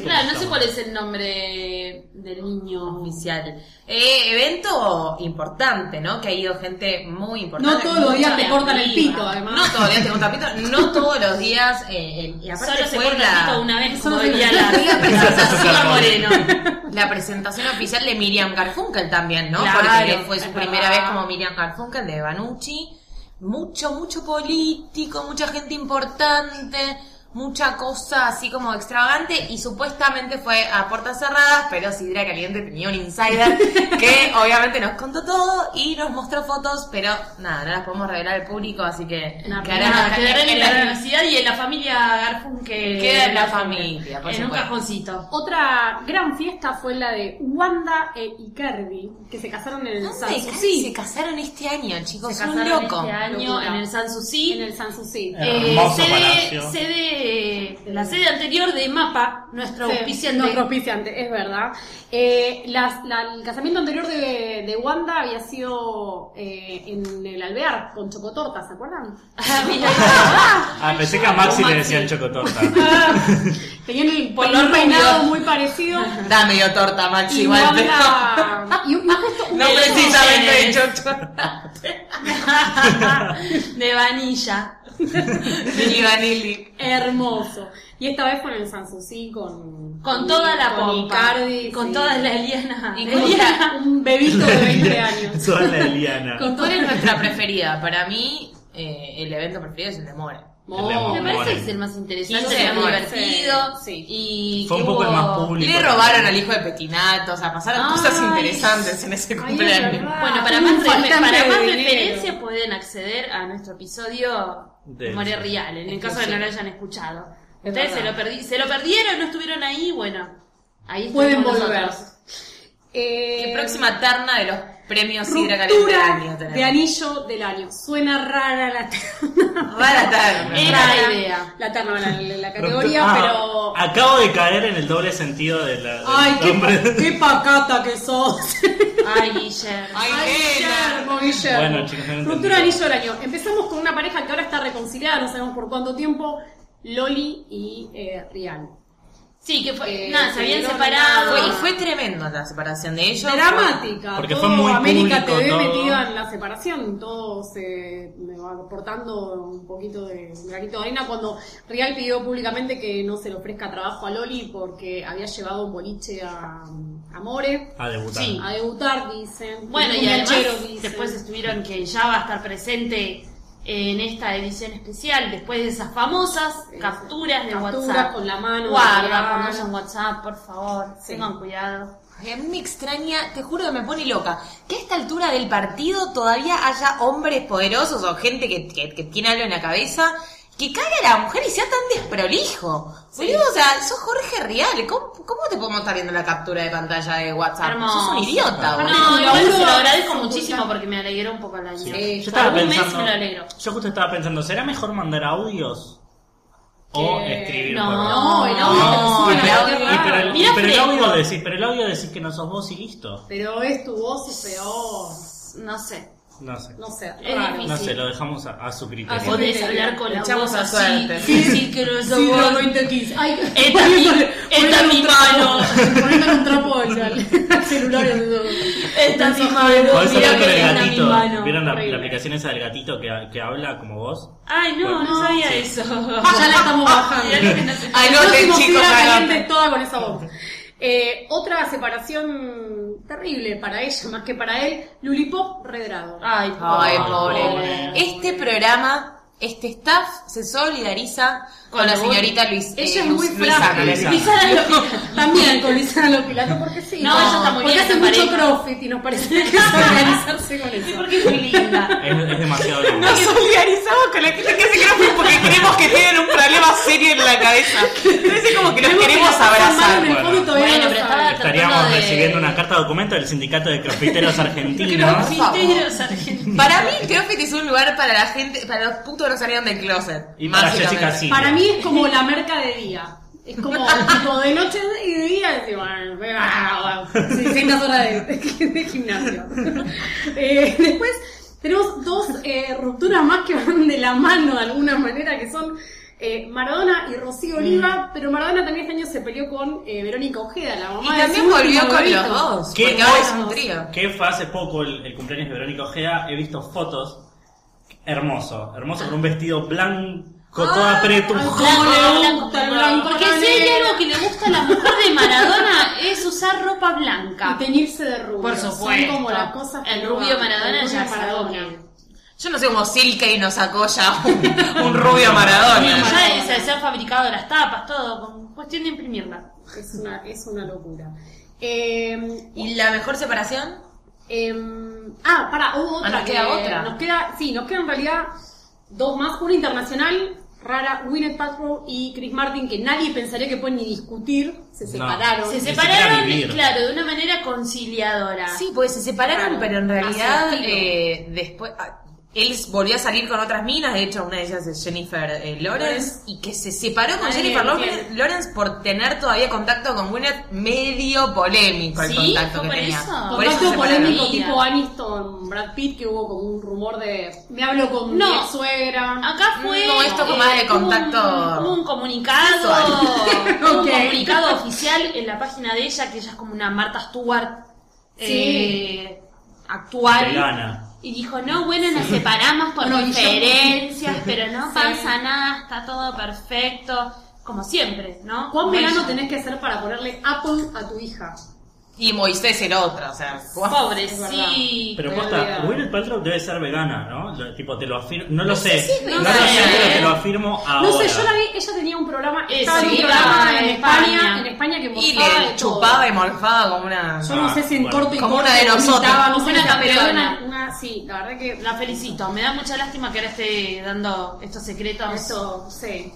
[SPEAKER 6] se
[SPEAKER 4] cuál es el nombre del niño
[SPEAKER 5] oficial. Eh, evento importante, ¿no? Que ha ido gente muy importante.
[SPEAKER 7] No todos los días
[SPEAKER 5] mucha
[SPEAKER 7] te cortan el
[SPEAKER 5] arriba.
[SPEAKER 7] pito, además.
[SPEAKER 5] No todos los días te cortan el pito, no todos los días. eh, el- y aparte
[SPEAKER 4] Solo se
[SPEAKER 5] fue
[SPEAKER 4] corta
[SPEAKER 5] la-
[SPEAKER 4] el pito una vez como
[SPEAKER 7] Solo se-
[SPEAKER 4] debía la,
[SPEAKER 5] La presentación,
[SPEAKER 4] Moreno.
[SPEAKER 5] La presentación oficial de Miriam Garfunkel también, ¿no?
[SPEAKER 4] Claro,
[SPEAKER 5] Porque fue
[SPEAKER 4] es
[SPEAKER 5] su
[SPEAKER 4] verdad.
[SPEAKER 5] primera vez como Miriam Garfunkel de Banucci. Mucho, mucho político, mucha gente importante, mucha cosa así como extravagante y supuestamente fue a puertas cerradas, pero Sidra Caliente tenía un insider que obviamente nos contó todo y nos mostró fotos, pero nada, no las podemos revelar al público, así que
[SPEAKER 7] No,
[SPEAKER 5] quedarán
[SPEAKER 4] Nada,
[SPEAKER 5] acá-
[SPEAKER 4] quedará en
[SPEAKER 5] en
[SPEAKER 4] la
[SPEAKER 5] la-
[SPEAKER 4] universidad y en la familia Garfunkel.
[SPEAKER 5] Queda en la familia, por
[SPEAKER 4] En un
[SPEAKER 5] supuesto.
[SPEAKER 4] cajoncito.
[SPEAKER 7] Otra gran fiesta fue la de Wanda e Icardi, que se casaron en el
[SPEAKER 5] ¿Dónde se
[SPEAKER 7] Sanssouci.
[SPEAKER 5] casaron este año, chicos?
[SPEAKER 4] Se
[SPEAKER 5] Son
[SPEAKER 4] casaron
[SPEAKER 5] loco.
[SPEAKER 4] este año
[SPEAKER 7] Locura.
[SPEAKER 4] en el Sanssouci.
[SPEAKER 7] En el Sanssouci.
[SPEAKER 5] Ah.
[SPEAKER 6] Eh, Hermoso
[SPEAKER 4] sede-
[SPEAKER 6] palacio.
[SPEAKER 4] sede- la sede anterior de Mapa, nuestro
[SPEAKER 7] Sí,
[SPEAKER 4] auspiciante.
[SPEAKER 7] Nuestro auspiciante, es verdad. Eh, las- la- el casamiento anterior de, de Wanda había sido eh, en el alvear con chocotortas, ¿se acuerdan?
[SPEAKER 4] Ah, mira.
[SPEAKER 6] Ah, pensé que a Maxi le decían chocotorta.
[SPEAKER 7] Tenían el
[SPEAKER 4] Por
[SPEAKER 7] por
[SPEAKER 4] lo
[SPEAKER 7] peinado
[SPEAKER 4] rubio.
[SPEAKER 7] muy parecido.
[SPEAKER 5] Da medio torta, Maxi,
[SPEAKER 7] y
[SPEAKER 5] igual. pero-
[SPEAKER 7] Wanda. Y, y justo
[SPEAKER 5] No
[SPEAKER 4] Medio
[SPEAKER 5] precisamente de
[SPEAKER 4] genes.
[SPEAKER 5] chocho.
[SPEAKER 4] de vanilla.
[SPEAKER 5] Ni vanilli.
[SPEAKER 7] hermoso. Y esta vez con el Sanssouci, con.
[SPEAKER 4] Con toda la
[SPEAKER 7] con
[SPEAKER 4] pompa.
[SPEAKER 7] Icardi,
[SPEAKER 4] con
[SPEAKER 7] sí.
[SPEAKER 4] todas las lianas.
[SPEAKER 5] Y
[SPEAKER 4] de
[SPEAKER 5] con-
[SPEAKER 4] liana.
[SPEAKER 7] Un bebito de 20 años.
[SPEAKER 6] Son la Eliana.
[SPEAKER 7] Con
[SPEAKER 5] ¿Cuál es nuestra preferida? Para mí, eh, el evento preferido es el de Mora.
[SPEAKER 6] Con
[SPEAKER 4] Me
[SPEAKER 6] amores.
[SPEAKER 4] parece que es el más interesante,
[SPEAKER 5] Sí,
[SPEAKER 4] el más
[SPEAKER 5] amores.
[SPEAKER 4] divertido.
[SPEAKER 7] Sí.
[SPEAKER 4] Y
[SPEAKER 6] Fue
[SPEAKER 4] que
[SPEAKER 6] un poco el
[SPEAKER 4] hubo-
[SPEAKER 6] más público.
[SPEAKER 5] Y le robaron al hijo de Petinato, o sea, pasaron cosas
[SPEAKER 7] Ay.
[SPEAKER 5] interesantes en ese cumpleaños.
[SPEAKER 4] Bueno, para
[SPEAKER 7] Un
[SPEAKER 4] más, refer-
[SPEAKER 7] faltante
[SPEAKER 4] para más
[SPEAKER 7] de dinero.
[SPEAKER 4] referencia pueden acceder a nuestro episodio de
[SPEAKER 6] Del-
[SPEAKER 4] More Real, en el caso de que no lo hayan escuchado.
[SPEAKER 7] Es
[SPEAKER 4] Ustedes se
[SPEAKER 7] verdad.
[SPEAKER 4] lo, perdi- se lo perdieron, no estuvieron ahí, bueno, ahí estuvimos
[SPEAKER 7] Pueden volver.
[SPEAKER 4] nosotros.
[SPEAKER 7] Eh,
[SPEAKER 5] Y próxima terna de los premios Sidra Caliente del año
[SPEAKER 7] Ruptura
[SPEAKER 5] tenemos.
[SPEAKER 7] de anillo del año. Suena rara la terna.
[SPEAKER 5] Rara terna.
[SPEAKER 4] Era
[SPEAKER 7] Rara
[SPEAKER 4] la idea.
[SPEAKER 7] La terna, la, la- la categoría,
[SPEAKER 6] Ah,
[SPEAKER 7] pero.
[SPEAKER 6] Acabo de caer en el doble sentido de la, del
[SPEAKER 7] Ay, qué,
[SPEAKER 6] nombre.
[SPEAKER 7] pa- qué pacata que sos.
[SPEAKER 4] Ay, Guillermo.
[SPEAKER 5] Ay,
[SPEAKER 7] Ay,
[SPEAKER 5] nena.
[SPEAKER 7] Guillermo, Guillermo.
[SPEAKER 6] Bueno, chicos, no entendí.
[SPEAKER 7] Ruptura de anillo del año. Empezamos con una pareja que ahora está reconciliada, no sabemos por cuánto tiempo. Loli y eh, Rian.
[SPEAKER 4] Sí, que fue,
[SPEAKER 7] Eh,
[SPEAKER 4] nada, se habían
[SPEAKER 7] no,
[SPEAKER 4] separado.
[SPEAKER 5] Fue- y fue tremendo la separación de ellos.
[SPEAKER 7] Dramática.
[SPEAKER 6] Porque
[SPEAKER 7] todo
[SPEAKER 6] fue muy
[SPEAKER 7] América
[SPEAKER 6] público
[SPEAKER 7] TV
[SPEAKER 6] todo.
[SPEAKER 7] metida en la separación. Todo se me va aportando un poquito de un granito de arena cuando Rial pidió públicamente que no se le ofrezca trabajo a Loli porque había llevado un boliche a, a More.
[SPEAKER 6] A debutar.
[SPEAKER 4] Sí.
[SPEAKER 7] A debutar, dicen.
[SPEAKER 4] Bueno, y
[SPEAKER 7] Un
[SPEAKER 4] además
[SPEAKER 7] mechero, dicen.
[SPEAKER 4] después estuvieron que ya va a estar presente en esta edición especial, después de esas famosas
[SPEAKER 7] Sí,
[SPEAKER 4] capturas de
[SPEAKER 7] capturas
[SPEAKER 4] WhatsApp.
[SPEAKER 7] con la mano,
[SPEAKER 4] Guarda,
[SPEAKER 7] la-
[SPEAKER 4] cuando haya un WhatsApp, por favor,
[SPEAKER 7] Sí.
[SPEAKER 4] tengan cuidado.
[SPEAKER 5] A mí me extraña, te juro que me pone loca, que a esta altura del partido todavía haya hombres poderosos o gente que, que- que tiene algo en la cabeza que cague a la mujer y sea tan desprolijo. Boludo, o sea, sos Jorge Real. ¿Cómo, cómo te podemos estar viendo la captura de pantalla de
[SPEAKER 6] Ah,
[SPEAKER 5] WhatsApp?
[SPEAKER 4] Hermoso.
[SPEAKER 5] Sos un idiota,
[SPEAKER 4] No,
[SPEAKER 5] boludo.
[SPEAKER 7] Bueno,
[SPEAKER 4] igual
[SPEAKER 7] laburo
[SPEAKER 4] se lo agradezco
[SPEAKER 7] facultad.
[SPEAKER 4] muchísimo porque me alegró un poco el año.
[SPEAKER 6] Sí.
[SPEAKER 7] Eh,
[SPEAKER 6] yo estaba
[SPEAKER 4] por un mes
[SPEAKER 6] pensando.
[SPEAKER 4] me lo alegro.
[SPEAKER 6] Yo justo estaba pensando, ¿será mejor mandar audios? O
[SPEAKER 7] Que-
[SPEAKER 6] escribir
[SPEAKER 4] no,
[SPEAKER 6] por
[SPEAKER 7] No, el audio
[SPEAKER 5] No,
[SPEAKER 7] te sube
[SPEAKER 5] el
[SPEAKER 7] la
[SPEAKER 5] audio-
[SPEAKER 6] Y pero,
[SPEAKER 7] tierra.
[SPEAKER 6] el,
[SPEAKER 4] Mirá
[SPEAKER 6] y pero el
[SPEAKER 4] fresco.
[SPEAKER 6] audio decís, pero el audio decís que no sos vos y listo.
[SPEAKER 7] Pero es tu voz es peor.
[SPEAKER 4] No sé. Eh,
[SPEAKER 6] No sé.
[SPEAKER 7] No sé,
[SPEAKER 4] Es
[SPEAKER 7] raro.
[SPEAKER 4] difícil.
[SPEAKER 6] No sé, lo dejamos a, a su
[SPEAKER 7] Ah,
[SPEAKER 6] criterio.
[SPEAKER 7] sí.
[SPEAKER 4] Podés hablar con la
[SPEAKER 5] Echamos
[SPEAKER 4] voz
[SPEAKER 5] a
[SPEAKER 4] así,
[SPEAKER 5] suerte.
[SPEAKER 4] Sí, sí, que no
[SPEAKER 7] Sí,
[SPEAKER 4] soy
[SPEAKER 7] lo
[SPEAKER 4] vos.
[SPEAKER 7] intenté. Ay,
[SPEAKER 4] Esta mi-
[SPEAKER 7] poniéndole-
[SPEAKER 4] esta
[SPEAKER 7] poniéndole
[SPEAKER 4] mi
[SPEAKER 7] un trapo,
[SPEAKER 4] mano.
[SPEAKER 7] Poniéndole un trapo al, al celular.
[SPEAKER 4] Esta es mi mano.
[SPEAKER 6] Podés
[SPEAKER 4] Mirá
[SPEAKER 6] hablar
[SPEAKER 4] que
[SPEAKER 6] con el
[SPEAKER 4] linda mi
[SPEAKER 6] gatito.
[SPEAKER 4] mano.
[SPEAKER 6] ¿Vieron la,
[SPEAKER 7] horrible.
[SPEAKER 6] la aplicación esa del gatito que, que habla como vos?
[SPEAKER 4] Ay, no, no sabía eso.
[SPEAKER 7] Ah, Ya la estamos bajando.
[SPEAKER 4] Mirá lo que nos-
[SPEAKER 5] Anoten,
[SPEAKER 7] Próximo
[SPEAKER 5] chicos,
[SPEAKER 7] fibra
[SPEAKER 5] anoten.
[SPEAKER 7] caliente toda con esa voz. Eh, otra separación terrible para ella, más que para él. Lulipop Redrado.
[SPEAKER 4] Ay, pobre.
[SPEAKER 5] Ay,
[SPEAKER 6] Ay,
[SPEAKER 5] pobre.
[SPEAKER 6] pobre.
[SPEAKER 5] Este programa, este staff se solidariza Con la
[SPEAKER 4] Cuando vos-
[SPEAKER 5] señorita Luis. eh,
[SPEAKER 7] Ella es muy
[SPEAKER 5] Luz- Luisa
[SPEAKER 7] frágil.
[SPEAKER 5] Galera.
[SPEAKER 7] Luisana Lopilato. También con Luisana Lopilato, porque sí.
[SPEAKER 4] No, ella está muy
[SPEAKER 7] porque
[SPEAKER 4] bien,
[SPEAKER 7] hace
[SPEAKER 4] me
[SPEAKER 7] mucho
[SPEAKER 4] parece.
[SPEAKER 7] profit y nos parece que es organizarse con
[SPEAKER 4] Sí,
[SPEAKER 7] eso.
[SPEAKER 4] porque es muy linda.
[SPEAKER 6] Es, es demasiado lindo.
[SPEAKER 5] Nos solidarizamos con la gente que hace crowdfunding porque creemos que tienen un problema serio en la cabeza. Entonces, como que los
[SPEAKER 7] Vemos que
[SPEAKER 5] queremos
[SPEAKER 7] la pasan mal
[SPEAKER 5] abrazar.
[SPEAKER 7] en el fondo y todavía
[SPEAKER 4] Bueno,
[SPEAKER 7] no
[SPEAKER 4] pero
[SPEAKER 7] saben.
[SPEAKER 4] estaba-
[SPEAKER 6] Estaríamos
[SPEAKER 4] tratando de-
[SPEAKER 6] recibiendo una carta documento del sindicato de crossfiteros argentinos.
[SPEAKER 4] Crofiteros argentinos.
[SPEAKER 5] Para mí, el CrossFit es un lugar para la gente, para los putos que no salieron del closet.
[SPEAKER 6] Y para
[SPEAKER 5] básicamente.
[SPEAKER 6] Jessica sí.
[SPEAKER 7] Para mí es como la merca de día. Es como tipo de noche y de día. Es tipo, ah, ah, ah, 600 horas de, de gimnasio. Eh, después tenemos dos eh, rupturas más que van de la mano de alguna manera, que son eh, Maradona y Rocío Oliva.
[SPEAKER 5] Mm.
[SPEAKER 7] Pero Maradona también este año se peleó con eh, Verónica Ojeda, la mamá
[SPEAKER 5] Y
[SPEAKER 7] de
[SPEAKER 5] también
[SPEAKER 7] su último
[SPEAKER 5] volvió con
[SPEAKER 7] bebito.
[SPEAKER 5] los dos.
[SPEAKER 6] ¿Qué
[SPEAKER 5] Porque ahora
[SPEAKER 6] dos?
[SPEAKER 5] es un trío.
[SPEAKER 6] Que fue hace poco el, el cumpleaños de Verónica Ojeda. He visto fotos. Hermoso. Hermoso con un vestido blanco, todo apretujado.
[SPEAKER 7] ¿Cómo le
[SPEAKER 4] Blanco,
[SPEAKER 7] gusta el
[SPEAKER 4] blanco,
[SPEAKER 7] blanco
[SPEAKER 4] Porque si hay
[SPEAKER 7] negro?
[SPEAKER 4] algo que le gusta a la mujer de Maradona es usar ropa blanca.
[SPEAKER 7] Y teñirse de rubio.
[SPEAKER 5] Por
[SPEAKER 7] Son
[SPEAKER 5] supuesto.
[SPEAKER 7] como las cosas que
[SPEAKER 4] El
[SPEAKER 7] no
[SPEAKER 4] rubio
[SPEAKER 7] van.
[SPEAKER 4] Maradona
[SPEAKER 7] El rubio
[SPEAKER 4] ya es
[SPEAKER 7] Maradona.
[SPEAKER 5] Yo no sé cómo Silke nos sacó ya un, un rubio Maradona.
[SPEAKER 4] Ya se, se han fabricado las tapas, todo, con cuestión de imprimirla.
[SPEAKER 7] Es una, es una locura. Eh,
[SPEAKER 5] ¿Y la mejor separación?
[SPEAKER 7] eh, ah, para, hubo otra.
[SPEAKER 5] Ah, nos queda
[SPEAKER 7] que-
[SPEAKER 5] otra.
[SPEAKER 7] Nos queda, sí, nos queda en realidad dos más. Una internacional, rara, Gwyneth Paltrow y Chris Martin, que nadie pensaría que pueden ni discutir. Se
[SPEAKER 6] No.
[SPEAKER 7] separaron.
[SPEAKER 4] Se
[SPEAKER 6] Ni siquiera
[SPEAKER 4] separaron,
[SPEAKER 6] vivir.
[SPEAKER 4] claro, de una manera conciliadora.
[SPEAKER 5] Sí, pues se separaron,
[SPEAKER 7] Claro.
[SPEAKER 5] pero en
[SPEAKER 7] Hace
[SPEAKER 5] realidad
[SPEAKER 7] un tiro.
[SPEAKER 5] eh, después ah, él volvió a salir con otras minas, de hecho una de ellas es Jennifer eh, Lawrence, y que se separó con
[SPEAKER 7] Nadie
[SPEAKER 5] Jennifer Lawrence,
[SPEAKER 7] entiende.
[SPEAKER 5] Lawrence por tener todavía contacto con Gwyneth, medio polémico el
[SPEAKER 4] Sí,
[SPEAKER 5] contacto
[SPEAKER 4] fue
[SPEAKER 5] que
[SPEAKER 4] por
[SPEAKER 5] tenía.
[SPEAKER 4] eso.
[SPEAKER 5] Por eso se
[SPEAKER 7] Contacto
[SPEAKER 5] separaron.
[SPEAKER 7] polémico
[SPEAKER 4] separaron.
[SPEAKER 7] tipo Aniston, Brad Pitt, que hubo como un rumor de me hablo con
[SPEAKER 4] No.
[SPEAKER 7] mi ex suegra.
[SPEAKER 4] Acá fue.
[SPEAKER 5] Mm,
[SPEAKER 4] eh,
[SPEAKER 5] No, esto como más de
[SPEAKER 4] hubo un-
[SPEAKER 5] contacto
[SPEAKER 4] hubo Un, comunicado.
[SPEAKER 5] sexual.
[SPEAKER 4] hubo
[SPEAKER 7] Ok.
[SPEAKER 4] Un comunicado oficial en la página de ella, que ella es como una Marta Stewart. eh, actual.
[SPEAKER 6] Vegana.
[SPEAKER 4] Y dijo, no, bueno, nos separamos por
[SPEAKER 7] Bueno, y yo-
[SPEAKER 4] diferencias, pero no
[SPEAKER 7] Sí.
[SPEAKER 4] pasa nada, está todo perfecto. Como siempre, ¿no?
[SPEAKER 7] ¿Cuán
[SPEAKER 4] Como
[SPEAKER 7] vegano
[SPEAKER 4] ella.
[SPEAKER 7] tenés que hacer para ponerle Apple a tu hija?
[SPEAKER 5] Y Moisés el otro, o sea,
[SPEAKER 4] Pobrecito.
[SPEAKER 6] Pero
[SPEAKER 7] Pero
[SPEAKER 6] posta,
[SPEAKER 7] olvidado.
[SPEAKER 6] Gwyneth Paltrow debe ser vegana, ¿no? Lo- tipo, te lo afirmo. No lo sé.
[SPEAKER 4] si es
[SPEAKER 6] no lo
[SPEAKER 4] vegana,
[SPEAKER 6] sé,
[SPEAKER 4] ¿eh?
[SPEAKER 6] pero te lo afirmo
[SPEAKER 5] Ah,
[SPEAKER 6] ahora.
[SPEAKER 7] No sé, yo la vi, ella tenía un programa,
[SPEAKER 4] Eh,
[SPEAKER 7] estaba en
[SPEAKER 4] sí,
[SPEAKER 7] un programa
[SPEAKER 4] la-
[SPEAKER 7] en
[SPEAKER 4] en
[SPEAKER 7] España,
[SPEAKER 4] España.
[SPEAKER 7] en España que
[SPEAKER 5] Y
[SPEAKER 7] mostraba
[SPEAKER 5] le
[SPEAKER 7] de todo.
[SPEAKER 5] chupaba y morfaba como una...
[SPEAKER 7] Yo no sé si en
[SPEAKER 6] Ah,
[SPEAKER 7] corto y
[SPEAKER 5] bueno. Como
[SPEAKER 7] corto
[SPEAKER 5] una de nosotros.
[SPEAKER 7] vomitaba, no sé,
[SPEAKER 4] Como una
[SPEAKER 7] pero era
[SPEAKER 4] campeona.
[SPEAKER 7] una- una- sí, la verdad que
[SPEAKER 4] La felicito. Me da mucha lástima que ahora esté dando estos secretos.
[SPEAKER 7] Eso, sí.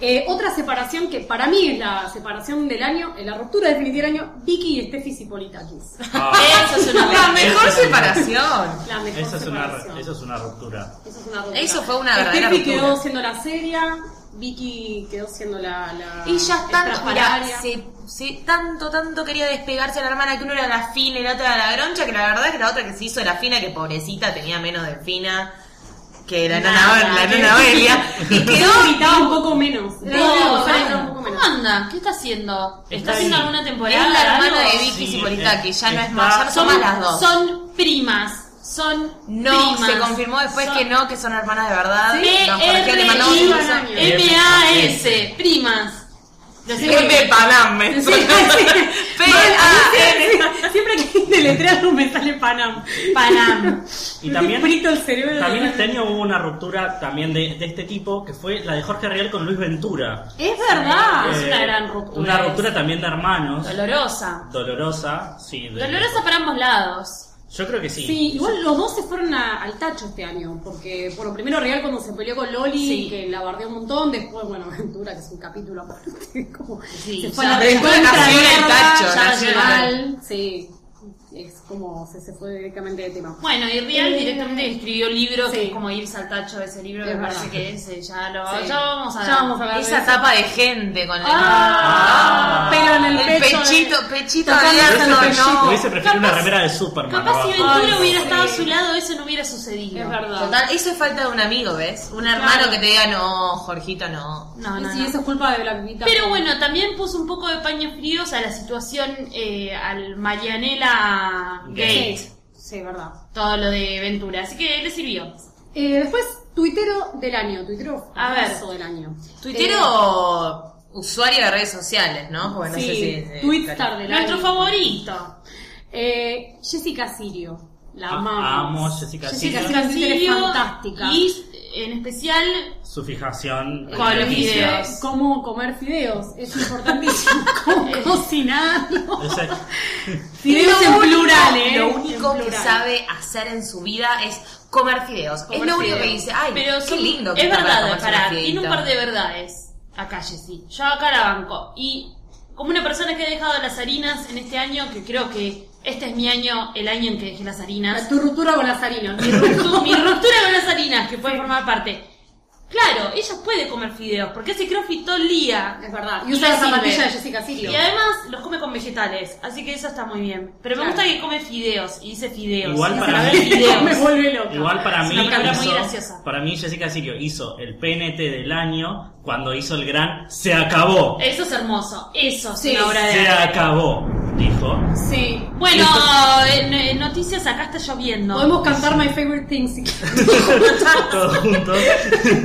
[SPEAKER 7] Eh, otra separación que para mí es la separación del año, eh, la ruptura definitiva del año, Vicky y Steffi Sipolitakis.
[SPEAKER 6] Ah,
[SPEAKER 4] Eso es una
[SPEAKER 5] La mejor
[SPEAKER 6] Eso es una-
[SPEAKER 5] separación.
[SPEAKER 7] La mejor
[SPEAKER 6] eso, es una,
[SPEAKER 7] separación.
[SPEAKER 6] eso es una ruptura.
[SPEAKER 7] Eso es una ruptura.
[SPEAKER 5] Eso fue una verdadera
[SPEAKER 7] Steffi
[SPEAKER 5] ruptura.
[SPEAKER 7] quedó siendo la seria, Vicky quedó siendo la, la
[SPEAKER 5] Y ya tanto, mirá,
[SPEAKER 7] estrafalaria.
[SPEAKER 5] se, se- tanto, tanto quería despegarse a la hermana que uno era la fina y la otra era la groncha, que la verdad que la otra que se hizo la fina, que pobrecita tenía menos de fina que la
[SPEAKER 4] Nada,
[SPEAKER 5] nana, la
[SPEAKER 4] que-
[SPEAKER 5] nana Belia, y quedó
[SPEAKER 7] Gritaba un poco menos. Era una
[SPEAKER 4] No,
[SPEAKER 7] mujer que gritaba un poco
[SPEAKER 4] ¿Cómo
[SPEAKER 7] menos.
[SPEAKER 4] anda? ¿Qué está haciendo? ¿Está
[SPEAKER 6] Está
[SPEAKER 4] haciendo
[SPEAKER 6] ahí.
[SPEAKER 4] alguna
[SPEAKER 5] es
[SPEAKER 4] temporada?
[SPEAKER 5] la hermana
[SPEAKER 4] algo?
[SPEAKER 5] de Vicky
[SPEAKER 6] Sí,
[SPEAKER 5] Sipolita, que ya no es
[SPEAKER 6] Eh, está-
[SPEAKER 5] más, ya no son más las dos.
[SPEAKER 4] Son primas. Son
[SPEAKER 5] no,
[SPEAKER 4] primas.
[SPEAKER 5] se confirmó después
[SPEAKER 4] Son
[SPEAKER 5] que no, que son hermanas de verdad. Don Jorge le mandó un beso.
[SPEAKER 4] P-R-I-M-A-S. Primas.
[SPEAKER 5] Es de Panam, me
[SPEAKER 7] Sí, sí. ah,
[SPEAKER 5] P-A-N.
[SPEAKER 7] Siempre que deletreas me sale Panam.
[SPEAKER 4] Panam.
[SPEAKER 6] Y también,
[SPEAKER 7] Me frito el cerebro.
[SPEAKER 6] también este año hubo una ruptura también de, de este tipo, que fue la de Jorge Real con Luis Ventura.
[SPEAKER 7] Es verdad.
[SPEAKER 4] Es
[SPEAKER 6] Eh,
[SPEAKER 4] una gran ruptura.
[SPEAKER 6] Una ruptura también de hermanos.
[SPEAKER 4] Dolorosa.
[SPEAKER 6] Dolorosa, sí. de-
[SPEAKER 4] Dolorosa para ambos lados.
[SPEAKER 6] Yo creo que sí.
[SPEAKER 7] Sí, igual los dos se fueron a- al tacho este año, porque por lo primero Real cuando se peleó con Loli,
[SPEAKER 4] Sí.
[SPEAKER 7] que la bardeó un montón, después, bueno, Ventura, que es un capítulo aparte, como
[SPEAKER 4] Sí,
[SPEAKER 7] se fue
[SPEAKER 4] ya
[SPEAKER 7] a la
[SPEAKER 5] nació en
[SPEAKER 7] recontra
[SPEAKER 5] el
[SPEAKER 7] mierda,
[SPEAKER 5] tacho,
[SPEAKER 7] ya
[SPEAKER 5] nació en el
[SPEAKER 7] mal, sí, es como se, se fue directamente de tema.
[SPEAKER 4] Bueno, y Rial
[SPEAKER 7] Eh,
[SPEAKER 4] directamente escribió libros,
[SPEAKER 7] sí.
[SPEAKER 4] que es como irse al tacho de ese libro,
[SPEAKER 7] Es
[SPEAKER 4] me parece
[SPEAKER 7] verdad.
[SPEAKER 4] que ese ya lo
[SPEAKER 7] Sí.
[SPEAKER 4] ya vamos a
[SPEAKER 7] Ya
[SPEAKER 4] ver.
[SPEAKER 7] vamos a hablar de
[SPEAKER 5] Esa
[SPEAKER 7] eso.
[SPEAKER 5] tapa de gente con el,
[SPEAKER 7] Ah, pero en el,
[SPEAKER 5] el
[SPEAKER 7] pecho,
[SPEAKER 5] pechito,
[SPEAKER 7] eh,
[SPEAKER 5] pechito
[SPEAKER 7] tocándose
[SPEAKER 5] abierto,
[SPEAKER 7] el pechito.
[SPEAKER 5] no.
[SPEAKER 6] Hubiese preferido una
[SPEAKER 4] Capaz-
[SPEAKER 6] remera de Superman.
[SPEAKER 4] Capaz si
[SPEAKER 6] abajo.
[SPEAKER 7] Ay,
[SPEAKER 4] Ventura hubiera
[SPEAKER 7] sí.
[SPEAKER 4] estado a su lado, eso no hubiera sucedido.
[SPEAKER 7] Es verdad.
[SPEAKER 5] Total, eso es falta de un amigo, ¿ves? Un hermano
[SPEAKER 7] Claro.
[SPEAKER 5] que te diga, no, Jorgito, no.
[SPEAKER 4] No,
[SPEAKER 7] Y
[SPEAKER 4] no,
[SPEAKER 7] sí,
[SPEAKER 4] no.
[SPEAKER 7] eso es culpa de la pibita.
[SPEAKER 4] Pero bueno, también puso un poco de paños fríos a la situación, eh, al Marianela Gate,
[SPEAKER 7] Sí, sí, verdad.
[SPEAKER 4] todo lo de Ventura. Así que le sirvió.
[SPEAKER 7] Eh, después, tuitero del año, tuitero
[SPEAKER 4] A ver.
[SPEAKER 7] famoso del año.
[SPEAKER 5] Tuitero
[SPEAKER 7] Eh,
[SPEAKER 5] o usuario de redes sociales, ¿no? Porque no
[SPEAKER 7] sí,
[SPEAKER 5] sé si- si.
[SPEAKER 7] Twitstar del año.
[SPEAKER 4] Nuestro favorito.
[SPEAKER 7] Eh, Jessica Sirio, la
[SPEAKER 6] Ah,
[SPEAKER 7] amamos.
[SPEAKER 6] amo a Jessica
[SPEAKER 7] Jessica
[SPEAKER 6] Sirio.
[SPEAKER 7] Sirio es
[SPEAKER 4] Sirio
[SPEAKER 7] fantástica.
[SPEAKER 4] Y en especial
[SPEAKER 6] Su fijación.
[SPEAKER 4] Con los
[SPEAKER 6] alimenticia.
[SPEAKER 4] videos.
[SPEAKER 7] Cómo comer fideos, es importantísimo. Cómo cocinarlo.
[SPEAKER 6] Ese-
[SPEAKER 7] Fideos
[SPEAKER 5] Es lo
[SPEAKER 7] en
[SPEAKER 5] único-
[SPEAKER 7] plural, ¿eh?
[SPEAKER 5] Lo
[SPEAKER 7] En
[SPEAKER 5] único que
[SPEAKER 7] plural.
[SPEAKER 5] sabe hacer en su vida es comer fideos.
[SPEAKER 7] Comer
[SPEAKER 5] es lo único que
[SPEAKER 7] fideos.
[SPEAKER 5] dice, ay,
[SPEAKER 4] pero
[SPEAKER 5] qué
[SPEAKER 4] son-
[SPEAKER 5] lindo. que
[SPEAKER 4] es
[SPEAKER 5] está para
[SPEAKER 4] verdad,
[SPEAKER 5] comerse un
[SPEAKER 4] para,
[SPEAKER 5] fideíto".
[SPEAKER 4] tiene un par de verdades acá, Jessy. Yo acá la banco. Y como una persona que ha dejado las harinas en este año, que creo que este es mi año, el año en que dejé las harinas.
[SPEAKER 7] Tu ruptura con las harinas.
[SPEAKER 4] mi, ruptu- mi ruptura con las harinas, que puede formar parte. Claro, ella puede comer fideos, porque hace crossfit todo el día.
[SPEAKER 7] Es verdad. Y
[SPEAKER 4] Y
[SPEAKER 7] usa
[SPEAKER 4] le
[SPEAKER 7] la zapatilla
[SPEAKER 4] sirve.
[SPEAKER 7] de Jessica Silio.
[SPEAKER 4] Y además los come con vegetales, así que eso está muy bien. Pero me
[SPEAKER 7] Claro.
[SPEAKER 4] gusta que come fideos, y dice fideos.
[SPEAKER 6] Igual
[SPEAKER 4] y
[SPEAKER 6] para
[SPEAKER 4] ver
[SPEAKER 6] mí-
[SPEAKER 7] Me
[SPEAKER 4] fideos.
[SPEAKER 7] vuelve loca.
[SPEAKER 6] Igual para
[SPEAKER 4] Es
[SPEAKER 6] mí,
[SPEAKER 4] una cabra muy
[SPEAKER 6] hizo-
[SPEAKER 4] graciosa.
[SPEAKER 6] para mí Jessica Sirio hizo el PNT del año cuando hizo el gran Se acabó.
[SPEAKER 4] Eso es hermoso, eso es
[SPEAKER 7] Sí.
[SPEAKER 4] una obra de
[SPEAKER 6] Se
[SPEAKER 4] arte.
[SPEAKER 6] acabó, dijo.
[SPEAKER 7] Sí.
[SPEAKER 4] Bueno, en, en noticias acá está lloviendo.
[SPEAKER 7] Podemos cantar My Favorite Things si quieres.
[SPEAKER 6] Todos juntos.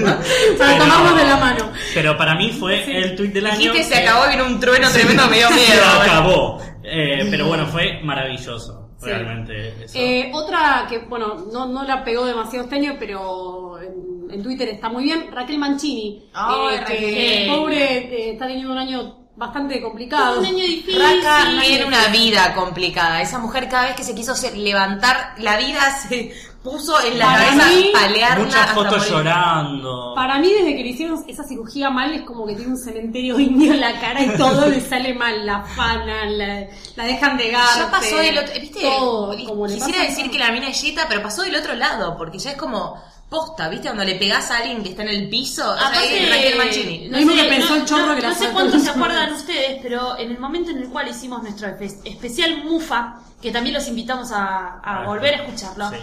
[SPEAKER 7] Para tomarnos de la mano.
[SPEAKER 6] Pero para mí fue
[SPEAKER 7] Sí.
[SPEAKER 6] el tweet del año.
[SPEAKER 5] Dijiste, se
[SPEAKER 6] que
[SPEAKER 5] acabó, viene un trueno tremendo, me dio
[SPEAKER 6] Se
[SPEAKER 5] miedo.
[SPEAKER 6] acabó. Eh, pero bueno, fue maravilloso.
[SPEAKER 7] Sí.
[SPEAKER 6] Realmente. eso.
[SPEAKER 7] Eh, otra que, bueno, no, no la pegó demasiado este año, pero en, en Twitter está muy bien, Raquel Mancini. Eh,
[SPEAKER 5] Ay,
[SPEAKER 7] que
[SPEAKER 5] Raquel.
[SPEAKER 7] Pobre, eh, está teniendo un año bastante complicado.
[SPEAKER 4] Tuvo un año difícil.
[SPEAKER 5] Raca tiene una vida complicada. Esa mujer cada vez que se quiso se- levantar la vida se puso en la
[SPEAKER 7] Para
[SPEAKER 5] cabeza
[SPEAKER 7] mí,
[SPEAKER 5] palearla
[SPEAKER 6] Muchas
[SPEAKER 5] hasta
[SPEAKER 6] fotos
[SPEAKER 5] morir.
[SPEAKER 6] llorando.
[SPEAKER 7] Para mí, desde que le hicieron esa cirugía mal, es como que tiene un cementerio indio en la cara y todo le sale mal. La pana, la, la dejan de garpe.
[SPEAKER 5] Ya pasó del otro, viste,
[SPEAKER 7] Todo, como le
[SPEAKER 5] quisiera
[SPEAKER 7] pasa a
[SPEAKER 5] decir
[SPEAKER 7] todo.
[SPEAKER 5] que la mina es yeta, pero pasó del otro lado, porque ya es como posta, viste, cuando le pegás a alguien que está en el piso, o sea, es Raquel Mancini.
[SPEAKER 7] Lo mismo que pensó el chorro
[SPEAKER 4] no-
[SPEAKER 7] que la
[SPEAKER 4] no sé
[SPEAKER 7] sacó.
[SPEAKER 4] cuántos se acuerdan ustedes, pero en el momento en el cual hicimos nuestro espe- especial Mufa, que también los invitamos a, a
[SPEAKER 6] Ah,
[SPEAKER 4] volver a escucharlo,
[SPEAKER 6] sí.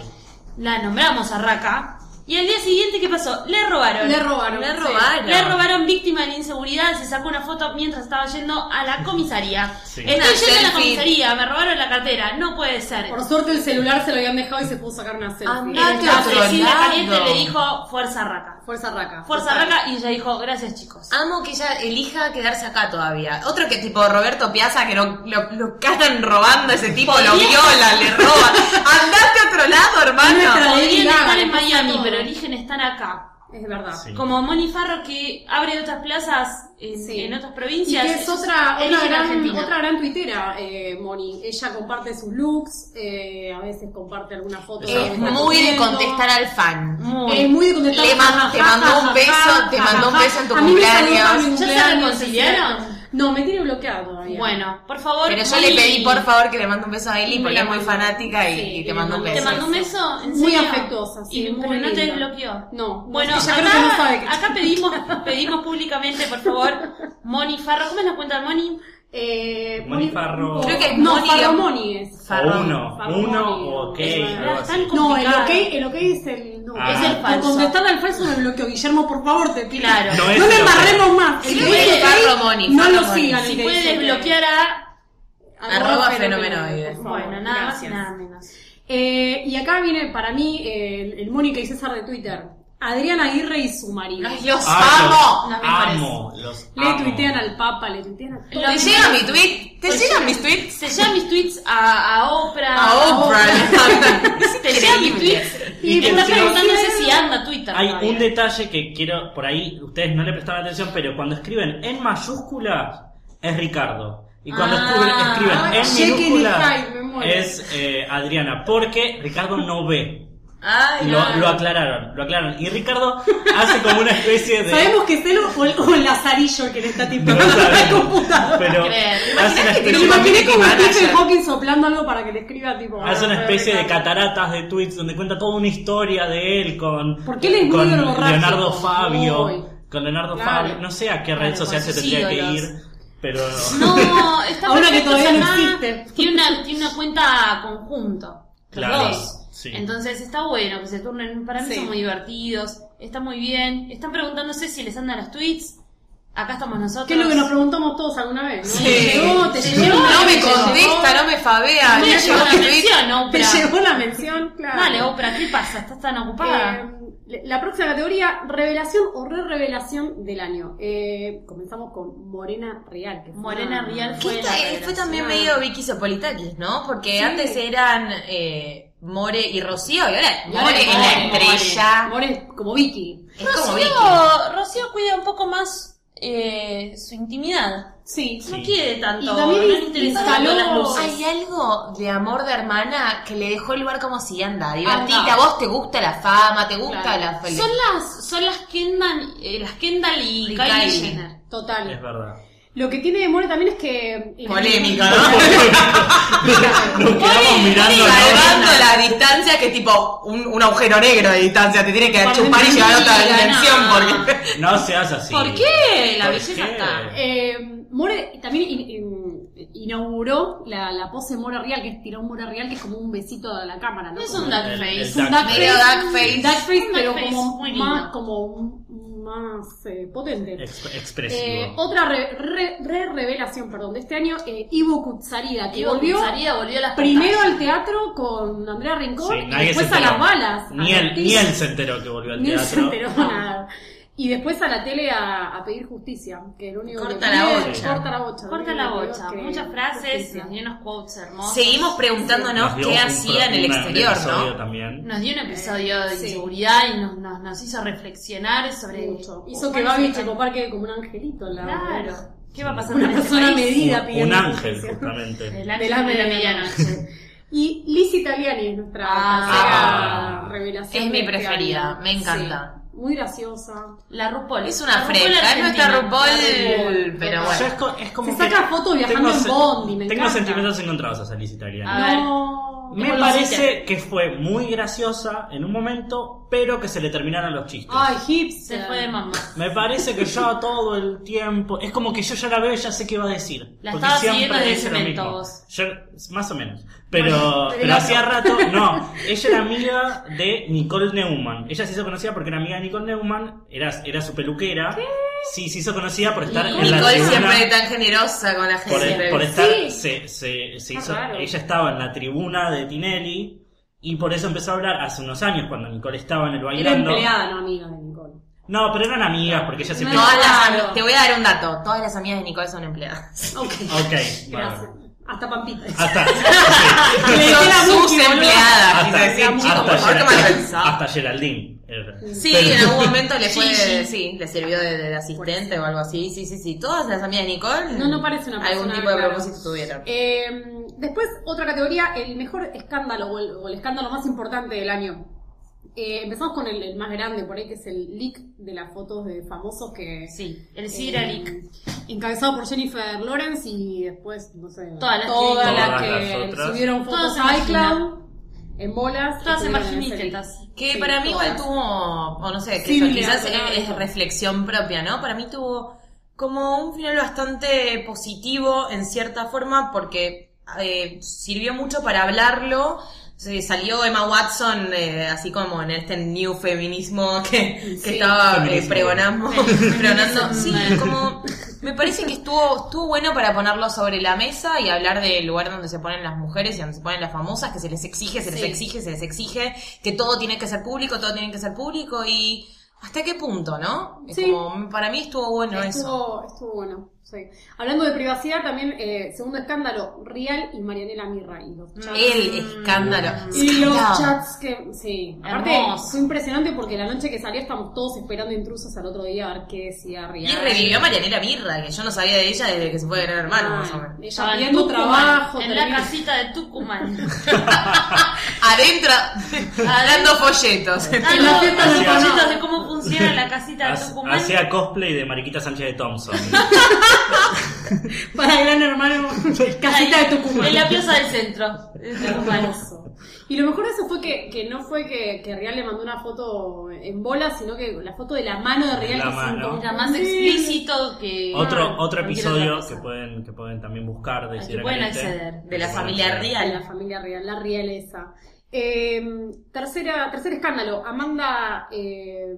[SPEAKER 4] la nombramos a Raka. Y al día siguiente, ¿qué pasó? Le robaron.
[SPEAKER 7] Le robaron,
[SPEAKER 4] Le
[SPEAKER 7] sí.
[SPEAKER 4] robaron. Le robaron víctima de la inseguridad. Se sacó una foto mientras estaba yendo a la comisaría.
[SPEAKER 6] Sí.
[SPEAKER 4] Estoy
[SPEAKER 5] Una
[SPEAKER 4] yendo a la
[SPEAKER 5] selfie.
[SPEAKER 4] comisaría, me robaron la cartera. No puede ser.
[SPEAKER 7] Por suerte, el celular se lo habían dejado y se pudo sacar
[SPEAKER 5] Ah,
[SPEAKER 7] una selfie.
[SPEAKER 5] Andá.
[SPEAKER 4] El- la
[SPEAKER 5] Otro
[SPEAKER 4] Priscila
[SPEAKER 5] lado.
[SPEAKER 4] Caliente le dijo, fuerza Raka.
[SPEAKER 7] Fuerza Raca.
[SPEAKER 4] Fuerza
[SPEAKER 7] Total.
[SPEAKER 4] Raka y ella dijo, gracias chicos.
[SPEAKER 5] Amo que ella elija quedarse acá todavía. Otro que tipo Roberto Piazza, que lo, lo, lo catan robando a ese tipo, lo
[SPEAKER 4] Podría-
[SPEAKER 5] viola, le roba. Andate a otro lado,
[SPEAKER 7] Nuestra-
[SPEAKER 5] hermano.
[SPEAKER 4] Podrían
[SPEAKER 7] Gaga,
[SPEAKER 4] estar Ah, en
[SPEAKER 7] le pasa
[SPEAKER 4] Miami,
[SPEAKER 7] todo.
[SPEAKER 4] pero eligen estar acá.
[SPEAKER 7] Es verdad.
[SPEAKER 6] Sí.
[SPEAKER 4] Como Moni Farro que abre otras plazas en,
[SPEAKER 7] Sí.
[SPEAKER 4] en otras
[SPEAKER 7] Y
[SPEAKER 4] provincias.
[SPEAKER 7] que es
[SPEAKER 4] ellos
[SPEAKER 7] otra, otra,
[SPEAKER 4] eligen
[SPEAKER 7] gran,
[SPEAKER 4] Argentina.
[SPEAKER 7] otra gran tuitera, eh, Moni. Ella comparte sus looks, eh, a veces comparte alguna foto. de
[SPEAKER 5] Es
[SPEAKER 7] algo que está
[SPEAKER 5] muy de
[SPEAKER 7] comiendo.
[SPEAKER 5] contestar al fan.
[SPEAKER 4] Muy.
[SPEAKER 7] Es muy de contestar.
[SPEAKER 5] Le man- te mandó un beso, te mandó un beso en tu
[SPEAKER 7] A mí me saludó
[SPEAKER 5] cumpleaños.
[SPEAKER 7] para mi
[SPEAKER 4] ¿Ya se
[SPEAKER 7] cumpleaños,
[SPEAKER 4] reconciliaron?
[SPEAKER 7] es cierto. No, me tiene bloqueado todavía.
[SPEAKER 4] Bueno, por favor.
[SPEAKER 5] Pero yo le
[SPEAKER 4] Moni,
[SPEAKER 5] pedí por favor que le mande un beso a Eli
[SPEAKER 7] Y me
[SPEAKER 5] porque
[SPEAKER 7] la
[SPEAKER 5] es muy
[SPEAKER 7] mandó.
[SPEAKER 5] fanática y,
[SPEAKER 7] Sí,
[SPEAKER 5] y
[SPEAKER 7] le
[SPEAKER 5] te mandó un
[SPEAKER 7] mandó
[SPEAKER 5] beso.
[SPEAKER 4] ¿Te mandó un beso? ¿En
[SPEAKER 7] Muy
[SPEAKER 4] serio?
[SPEAKER 7] afectuosa, sí,
[SPEAKER 4] Y-
[SPEAKER 7] muy
[SPEAKER 4] pero no te
[SPEAKER 7] linda.
[SPEAKER 4] desbloqueó.
[SPEAKER 7] No,
[SPEAKER 4] Bueno,
[SPEAKER 7] es que
[SPEAKER 4] acá,
[SPEAKER 7] ella creo que no sabe que-
[SPEAKER 4] acá pedimos, pedimos públicamente, por favor, Moni Farro. ¿Cómo es la cuenta de Moni?
[SPEAKER 7] Eh,
[SPEAKER 6] Moni Farro.
[SPEAKER 5] Creo que es
[SPEAKER 7] no,
[SPEAKER 5] Moni-
[SPEAKER 7] Farro Moni es.
[SPEAKER 6] O
[SPEAKER 5] Farrón.
[SPEAKER 6] uno,
[SPEAKER 7] Farrón.
[SPEAKER 6] uno o ok.
[SPEAKER 4] Es una-
[SPEAKER 6] algo así.
[SPEAKER 4] tan com-
[SPEAKER 7] No, el
[SPEAKER 4] Complicado.
[SPEAKER 7] ok, el ok es el. No,
[SPEAKER 6] Ah. Es el
[SPEAKER 4] falso.
[SPEAKER 7] Por contestar al falso me bloqueo. Guillermo, por favor, te pido.
[SPEAKER 4] Claro.
[SPEAKER 6] No
[SPEAKER 7] No,
[SPEAKER 6] es
[SPEAKER 7] le
[SPEAKER 6] el ok.
[SPEAKER 7] embarremos más. El
[SPEAKER 5] Creo
[SPEAKER 7] que
[SPEAKER 5] que
[SPEAKER 7] dice
[SPEAKER 5] es
[SPEAKER 7] ok,
[SPEAKER 5] Farro Moni,
[SPEAKER 7] No
[SPEAKER 5] Farro
[SPEAKER 7] lo
[SPEAKER 5] Moni.
[SPEAKER 7] sigan. el
[SPEAKER 4] Si
[SPEAKER 7] que
[SPEAKER 4] puede
[SPEAKER 7] dice ok.
[SPEAKER 4] desbloquear a...
[SPEAKER 5] Arroba fenomenoide.
[SPEAKER 7] por favor,
[SPEAKER 4] Bueno, nada más y
[SPEAKER 7] gracias.
[SPEAKER 4] nada menos.
[SPEAKER 7] Eh, y acá viene para mí eh, el, el Mónica y César de Twitter. Adrián Aguirre y su marido.
[SPEAKER 5] Ay,
[SPEAKER 6] Ay,
[SPEAKER 5] los
[SPEAKER 6] los
[SPEAKER 5] amo.
[SPEAKER 4] Las mejores.
[SPEAKER 6] amo, los
[SPEAKER 7] le
[SPEAKER 6] amo.
[SPEAKER 7] tuitean al Papa, le tuitean a
[SPEAKER 5] ¿Te llega mi tweet? ¿Te llegan mis tweets?
[SPEAKER 4] Se llevan mis tweets a, a Oprah.
[SPEAKER 5] A Oprah.
[SPEAKER 4] Te llevan mis tweets.
[SPEAKER 7] Y
[SPEAKER 4] Y te estás
[SPEAKER 7] porque-
[SPEAKER 4] preguntándose si anda Twitter.
[SPEAKER 6] Hay
[SPEAKER 4] todavía.
[SPEAKER 6] un detalle que quiero, por ahí ustedes no le prestaron atención, pero cuando escriben en mayúsculas es Ricardo. Y cuando
[SPEAKER 4] Ah,
[SPEAKER 6] escriben-
[SPEAKER 7] ay,
[SPEAKER 6] escriben en
[SPEAKER 7] Jekyll y
[SPEAKER 6] minúsculas
[SPEAKER 7] Hyde, me muero.
[SPEAKER 6] es eh, Adriana, porque Ricardo no ve.
[SPEAKER 5] Ay,
[SPEAKER 6] Lo,
[SPEAKER 5] no.
[SPEAKER 6] lo aclararon, lo aclararon. Y Ricardo hace como una especie de...
[SPEAKER 7] Sabemos que es él o, el- o el Lazarillo que le está
[SPEAKER 6] No
[SPEAKER 7] tipeando
[SPEAKER 6] lo
[SPEAKER 7] en la
[SPEAKER 6] sabemos,
[SPEAKER 7] computadora.
[SPEAKER 6] pero
[SPEAKER 4] creer.
[SPEAKER 6] hace una
[SPEAKER 7] Me
[SPEAKER 6] especie
[SPEAKER 7] lo imaginé como el
[SPEAKER 5] Manager.
[SPEAKER 7] Stephen Hawking soplando algo para que le escriba tipo.
[SPEAKER 6] Hace una
[SPEAKER 7] "Ah,
[SPEAKER 6] especie de
[SPEAKER 7] Ricardo".
[SPEAKER 6] cataratas de tweets donde cuenta toda una historia de él con,
[SPEAKER 7] Porque él es muy
[SPEAKER 6] con
[SPEAKER 7] borracho.
[SPEAKER 6] Leonardo Fabio.
[SPEAKER 7] Uy.
[SPEAKER 6] Con Leonardo
[SPEAKER 7] Claro.
[SPEAKER 6] Fabio. No sé a qué red
[SPEAKER 4] Claro,
[SPEAKER 6] social
[SPEAKER 4] con
[SPEAKER 6] se
[SPEAKER 4] sus
[SPEAKER 6] tendría que ir,
[SPEAKER 4] ídolos.
[SPEAKER 6] pero.
[SPEAKER 4] No, está
[SPEAKER 7] Ahora
[SPEAKER 4] perfecto,
[SPEAKER 7] que todavía no
[SPEAKER 4] acá
[SPEAKER 7] existe.
[SPEAKER 4] Tiene una, tiene una cuenta conjunto. los
[SPEAKER 6] Claro,
[SPEAKER 4] dos.
[SPEAKER 6] sí.
[SPEAKER 4] Entonces está bueno que se turnen. Para mí
[SPEAKER 7] Sí.
[SPEAKER 4] son muy divertidos. Está muy bien. Están preguntándose si les andan los tweets. Acá estamos nosotros.
[SPEAKER 7] Que es lo que nos preguntamos todos alguna vez, ¿no?
[SPEAKER 5] Sí.
[SPEAKER 7] ¿Te llegó? ¿Te
[SPEAKER 5] Sí.
[SPEAKER 7] llegó?
[SPEAKER 5] No me
[SPEAKER 7] ¿Te
[SPEAKER 5] contesta,
[SPEAKER 7] llegó?
[SPEAKER 5] no me fabea.
[SPEAKER 4] Me
[SPEAKER 5] no
[SPEAKER 4] llegó
[SPEAKER 5] llega
[SPEAKER 4] la
[SPEAKER 5] mi tweet.
[SPEAKER 4] mención, Oprah.
[SPEAKER 7] ¿Te llegó la mención? Claro.
[SPEAKER 4] Dale, Oprah, ¿qué pasa? ¿Estás tan ocupada?
[SPEAKER 7] Eh, la próxima categoría, revelación o re-revelación del año. Eh, comenzamos con Morena Real. que fue
[SPEAKER 4] Morena
[SPEAKER 7] una-
[SPEAKER 4] Rial
[SPEAKER 5] Que
[SPEAKER 4] fue
[SPEAKER 5] esta-
[SPEAKER 4] la
[SPEAKER 5] fue también medio
[SPEAKER 4] revelación.
[SPEAKER 5] Vicky Sopolitakis, ¿no? Porque
[SPEAKER 7] Sí.
[SPEAKER 5] antes eran eh, More y Rocío, y ahora
[SPEAKER 7] Y ahora
[SPEAKER 5] More es la
[SPEAKER 7] como More,
[SPEAKER 5] estrella.
[SPEAKER 7] More es como Vicky.
[SPEAKER 5] Es como
[SPEAKER 4] Rocío,
[SPEAKER 5] Vicky.
[SPEAKER 4] Rocío cuida un poco más eh, su intimidad.
[SPEAKER 7] Sí.
[SPEAKER 4] No
[SPEAKER 6] Sí.
[SPEAKER 4] quiere tanto.
[SPEAKER 7] Y
[SPEAKER 4] no
[SPEAKER 7] también
[SPEAKER 4] le interesa
[SPEAKER 7] instaló-
[SPEAKER 4] tanto las luces.
[SPEAKER 5] Hay algo de amor de hermana que le dejó el lugar como si anda, divertida.
[SPEAKER 7] Anda.
[SPEAKER 5] Vos te gusta la fama, te gusta
[SPEAKER 7] Claro.
[SPEAKER 5] la felicidad.
[SPEAKER 4] Son las, son las Kendall, eh, las Kendall y,
[SPEAKER 5] Y
[SPEAKER 4] Kylie,
[SPEAKER 5] Kylie.
[SPEAKER 4] Jenner.
[SPEAKER 7] Total.
[SPEAKER 6] Es verdad.
[SPEAKER 7] Lo que tiene de More también es que. eh,
[SPEAKER 5] Polémica, ¿no?
[SPEAKER 6] Nos quedamos mirando
[SPEAKER 5] Salvando la distancia que es tipo un, un agujero negro de distancia, te tiene que
[SPEAKER 7] Por
[SPEAKER 5] chupar y
[SPEAKER 7] dentro,
[SPEAKER 5] llevar a otra
[SPEAKER 4] diga,
[SPEAKER 5] dimensión
[SPEAKER 4] no.
[SPEAKER 5] porque...
[SPEAKER 6] No seas así.
[SPEAKER 4] ¿Por qué? La
[SPEAKER 6] ¿Por
[SPEAKER 4] belleza
[SPEAKER 6] qué?
[SPEAKER 4] está.
[SPEAKER 7] Eh, More también in- in- inauguró la, la pose More Real, que es tirar un More Real, que es como un besito a la cámara, ¿no?
[SPEAKER 4] Es
[SPEAKER 7] Como-
[SPEAKER 4] un duck face.
[SPEAKER 6] el
[SPEAKER 7] un
[SPEAKER 6] duck
[SPEAKER 7] duck
[SPEAKER 5] Medio
[SPEAKER 7] face.
[SPEAKER 5] duck face.
[SPEAKER 7] Duck face,
[SPEAKER 4] Un
[SPEAKER 7] pero
[SPEAKER 4] duck face
[SPEAKER 7] como
[SPEAKER 4] muy
[SPEAKER 7] más,
[SPEAKER 4] lindo.
[SPEAKER 7] como un- más eh, potente.
[SPEAKER 6] Ex-
[SPEAKER 7] Eh,
[SPEAKER 6] expresivo.
[SPEAKER 7] otra re- re- re- revelación, perdón, de este año, eh, Ivo Kutsarida, que
[SPEAKER 4] Ivo
[SPEAKER 7] volvió
[SPEAKER 4] Kutsarida volvió a las
[SPEAKER 7] primero
[SPEAKER 4] pantallas.
[SPEAKER 7] al teatro con Andrea Rincón
[SPEAKER 6] Sí,
[SPEAKER 7] y
[SPEAKER 6] nadie se
[SPEAKER 7] después a
[SPEAKER 6] enteró.
[SPEAKER 7] las balas.
[SPEAKER 6] Ni
[SPEAKER 7] a
[SPEAKER 6] él,
[SPEAKER 7] Ortiz.
[SPEAKER 6] ni él se enteró que volvió al
[SPEAKER 7] Ni él
[SPEAKER 6] teatro.
[SPEAKER 7] se enteró nada. Y después a la tele a, a pedir justicia, que el único
[SPEAKER 5] Corta
[SPEAKER 7] que
[SPEAKER 5] la
[SPEAKER 7] pide-
[SPEAKER 5] bocha.
[SPEAKER 7] Corta la bocha.
[SPEAKER 4] Corta
[SPEAKER 7] Dios,
[SPEAKER 4] la
[SPEAKER 7] Dios,
[SPEAKER 4] bocha.
[SPEAKER 7] que-
[SPEAKER 4] Muchas frases,
[SPEAKER 7] justicia.
[SPEAKER 4] nos dio unos quotes hermosos.
[SPEAKER 5] Seguimos preguntándonos
[SPEAKER 6] Nos dio
[SPEAKER 5] qué
[SPEAKER 6] un
[SPEAKER 5] hacía en el
[SPEAKER 6] pro- un
[SPEAKER 5] exterior,
[SPEAKER 6] episodio
[SPEAKER 5] ¿no?
[SPEAKER 6] También.
[SPEAKER 4] Nos dio un episodio de
[SPEAKER 7] Eh, Sí.
[SPEAKER 4] inseguridad y nos, nos, nos hizo reflexionar sobre.
[SPEAKER 7] Mucho. Hizo que Babi Checopar quede como un angelito en la
[SPEAKER 4] Claro. ¿Qué va a pasar
[SPEAKER 7] Una
[SPEAKER 4] con ese
[SPEAKER 7] persona
[SPEAKER 4] país?
[SPEAKER 7] medida. vida
[SPEAKER 6] Un, un
[SPEAKER 7] pidiendo
[SPEAKER 6] ángel,
[SPEAKER 7] justicia.
[SPEAKER 6] justamente.
[SPEAKER 4] El
[SPEAKER 7] De
[SPEAKER 4] ángel
[SPEAKER 7] la
[SPEAKER 4] de la
[SPEAKER 7] medianoche.
[SPEAKER 4] medianoche.
[SPEAKER 7] Y Liz Italiani es nuestra
[SPEAKER 5] Ah.
[SPEAKER 7] tercera revelación.
[SPEAKER 5] Es mi
[SPEAKER 7] de este
[SPEAKER 5] preferida,
[SPEAKER 7] año.
[SPEAKER 5] me encanta.
[SPEAKER 7] Sí, Muy graciosa.
[SPEAKER 4] La RuPaul.
[SPEAKER 5] Es
[SPEAKER 4] La
[SPEAKER 5] una
[SPEAKER 4] RuPaul
[SPEAKER 5] fresca, es
[SPEAKER 4] argentina.
[SPEAKER 5] nuestra
[SPEAKER 4] La
[SPEAKER 5] RuPaul,
[SPEAKER 4] Ah,
[SPEAKER 5] pero
[SPEAKER 6] Ya es,
[SPEAKER 5] bueno.
[SPEAKER 6] co- es como
[SPEAKER 7] Se saca fotos viajando en
[SPEAKER 6] se-
[SPEAKER 7] Bondi, me
[SPEAKER 6] Tengo
[SPEAKER 7] encanta.
[SPEAKER 6] sentimientos encontrados a Alice Italiana.
[SPEAKER 4] A ver.
[SPEAKER 7] No.
[SPEAKER 6] Me parece que fue muy graciosa en un momento, pero que se le terminaron los chistes.
[SPEAKER 7] Ay, hipster.
[SPEAKER 4] Se fue de mamá.
[SPEAKER 6] Me parece que ya todo el tiempo. Es como que yo ya la veo y ya sé qué va a decir.
[SPEAKER 4] La
[SPEAKER 6] Porque
[SPEAKER 4] estaba
[SPEAKER 6] siempre
[SPEAKER 4] siguiendo desde
[SPEAKER 6] dice lo
[SPEAKER 4] cemento,
[SPEAKER 6] mismo.
[SPEAKER 4] vos.
[SPEAKER 6] Yo, más o menos. Pero,
[SPEAKER 7] Bueno, pero
[SPEAKER 6] pero,
[SPEAKER 7] no.
[SPEAKER 6] hacía rato, no. Ella era amiga de Nicole Neumann. Ella se hizo conocida porque era amiga de Nicole Neumann, era, era su peluquera. Sí, se hizo conocida por estar en la
[SPEAKER 5] Nicole
[SPEAKER 6] tribuna,
[SPEAKER 5] siempre tan generosa con la
[SPEAKER 6] Por, e-,
[SPEAKER 5] gente.
[SPEAKER 6] por estar,
[SPEAKER 7] Sí.
[SPEAKER 6] se, se- se
[SPEAKER 7] Está
[SPEAKER 6] hizo,
[SPEAKER 7] raro.
[SPEAKER 6] ella estaba en la tribuna de Tinelli y por eso empezó a hablar hace unos años cuando Nicole estaba en el
[SPEAKER 7] Era
[SPEAKER 6] bailando.
[SPEAKER 7] empleada, no amiga de Nicole.
[SPEAKER 6] No, pero eran amigas porque ella siempre.
[SPEAKER 5] Todas las
[SPEAKER 7] Claro.
[SPEAKER 5] ami- te voy a dar un dato, todas las amigas de Nicole son empleadas.
[SPEAKER 7] Ok.
[SPEAKER 6] Ok,
[SPEAKER 7] Gracias.
[SPEAKER 6] bueno.
[SPEAKER 7] Hasta Pampita.
[SPEAKER 6] Hasta,
[SPEAKER 7] dejé
[SPEAKER 5] Son
[SPEAKER 7] la
[SPEAKER 5] sus
[SPEAKER 7] música, boludo.
[SPEAKER 5] empleadas.
[SPEAKER 6] hasta,
[SPEAKER 5] Es decir,
[SPEAKER 7] la
[SPEAKER 5] chicos,
[SPEAKER 6] hasta
[SPEAKER 5] por favor,
[SPEAKER 6] Gerald-
[SPEAKER 5] que me alcanzó.
[SPEAKER 6] hasta Geraldine. era.
[SPEAKER 5] Sí,
[SPEAKER 6] Pero-
[SPEAKER 5] en algún momento le fue,
[SPEAKER 4] Gigi.
[SPEAKER 5] sí, le sirvió de, de asistente o algo así. Sí, sí, sí. Todas las amigas de Nicole.
[SPEAKER 7] No, no parece una persona.
[SPEAKER 5] Algún tipo de
[SPEAKER 7] claro.
[SPEAKER 5] propósito tuvieron.
[SPEAKER 7] Eh, después, otra categoría, el mejor escándalo o el, o el escándalo más importante del año. Eh, empezamos con el, el más grande por ahí, que es el leak de las fotos de famosos que.
[SPEAKER 4] Sí,
[SPEAKER 7] eh,
[SPEAKER 4] el Sidra Leak.
[SPEAKER 7] Encabezado por Jennifer Lawrence y después, no sé,
[SPEAKER 4] Todas las
[SPEAKER 7] todas
[SPEAKER 4] que-
[SPEAKER 7] las
[SPEAKER 6] Todas
[SPEAKER 7] que
[SPEAKER 6] las otras.
[SPEAKER 7] subieron fotos
[SPEAKER 4] Todas
[SPEAKER 7] a
[SPEAKER 4] en vagina.
[SPEAKER 7] iCloud, en bolas.
[SPEAKER 4] Todas
[SPEAKER 7] que
[SPEAKER 4] en
[SPEAKER 7] tuvieron
[SPEAKER 4] vaginitas.
[SPEAKER 7] ese leak.
[SPEAKER 5] Que
[SPEAKER 7] Sí,
[SPEAKER 5] para mí igual
[SPEAKER 7] todas.
[SPEAKER 5] tuvo, o no sé, que
[SPEAKER 7] Sí,
[SPEAKER 5] eso
[SPEAKER 7] mira,
[SPEAKER 5] quizás
[SPEAKER 7] claro.
[SPEAKER 5] es, es reflexión propia, ¿no? Para mí tuvo como un final bastante positivo en cierta forma porque eh, sirvió mucho para hablarlo. Se salió Emma Watson eh, así como en este new feminismo que, que
[SPEAKER 7] Sí.
[SPEAKER 5] estaba eh,
[SPEAKER 6] Feminismo.
[SPEAKER 5] pregonando,
[SPEAKER 4] Feminismo.
[SPEAKER 5] pregonando. Sí, como me parece que estuvo estuvo bueno para ponerlo sobre la mesa y hablar del lugar donde se ponen las mujeres y donde se ponen las famosas, que se les exige, se les
[SPEAKER 4] Sí.
[SPEAKER 5] exige exige, se les exige que todo tiene que ser público, todo tiene que ser público y hasta qué punto, ¿no? Es
[SPEAKER 7] Sí.
[SPEAKER 5] como, para mí estuvo bueno eso.
[SPEAKER 7] estuvo, estuvo bueno, sí. Hablando de privacidad, también, eh, segundo escándalo, Real y Marianela Mirra. Y los chats,
[SPEAKER 5] El escándalo.
[SPEAKER 7] y los
[SPEAKER 5] Mm, Escándalo.
[SPEAKER 7] chats que, sí. Aparte,
[SPEAKER 4] Hermoso.
[SPEAKER 7] fue impresionante porque la noche que salió estamos todos esperando intrusos al otro día a ver qué decía
[SPEAKER 5] Y
[SPEAKER 7] Real.
[SPEAKER 5] revivió a Marianela Mirra, que yo no sabía de ella desde que se fue a Gran Hermano, más o menos.
[SPEAKER 7] Ella
[SPEAKER 4] Estaba en
[SPEAKER 7] pidiendo
[SPEAKER 4] Tucumán,
[SPEAKER 7] trabajo,
[SPEAKER 4] en
[SPEAKER 7] termina-
[SPEAKER 4] la casita de Tucumán. Ah,
[SPEAKER 5] Adentro, dando folletos.
[SPEAKER 7] En la fiesta
[SPEAKER 4] Dando
[SPEAKER 6] de
[SPEAKER 4] los
[SPEAKER 6] Tucumán.
[SPEAKER 4] folletos de cómo funciona la casita de
[SPEAKER 6] Hac-
[SPEAKER 4] Tucumán.
[SPEAKER 6] Hacía cosplay de Mariquita Sánchez de Thompson.
[SPEAKER 7] Para Gran Hermano, casita de Tucumán.
[SPEAKER 4] En la plaza del centro de Tucumán.
[SPEAKER 7] Hermoso. Y lo mejor de eso fue que, que no fue que, que Real le mandó una foto en bola, sino que la foto de la mano de Real
[SPEAKER 6] La
[SPEAKER 7] que es
[SPEAKER 6] mano.
[SPEAKER 7] inconfundible.
[SPEAKER 4] Era más explícito que.
[SPEAKER 6] otro otro
[SPEAKER 4] cualquier otra
[SPEAKER 6] episodio
[SPEAKER 4] cosa.
[SPEAKER 6] que pueden, que pueden también buscar de
[SPEAKER 4] Al que
[SPEAKER 6] Sidra
[SPEAKER 4] pueden
[SPEAKER 6] Caliente.
[SPEAKER 4] acceder,
[SPEAKER 5] de la
[SPEAKER 6] Que
[SPEAKER 5] familia
[SPEAKER 6] pueden acceder.
[SPEAKER 5] Real.
[SPEAKER 7] de la familia real, la realeza. Eh, tercera, tercer escándalo, Amanda eh,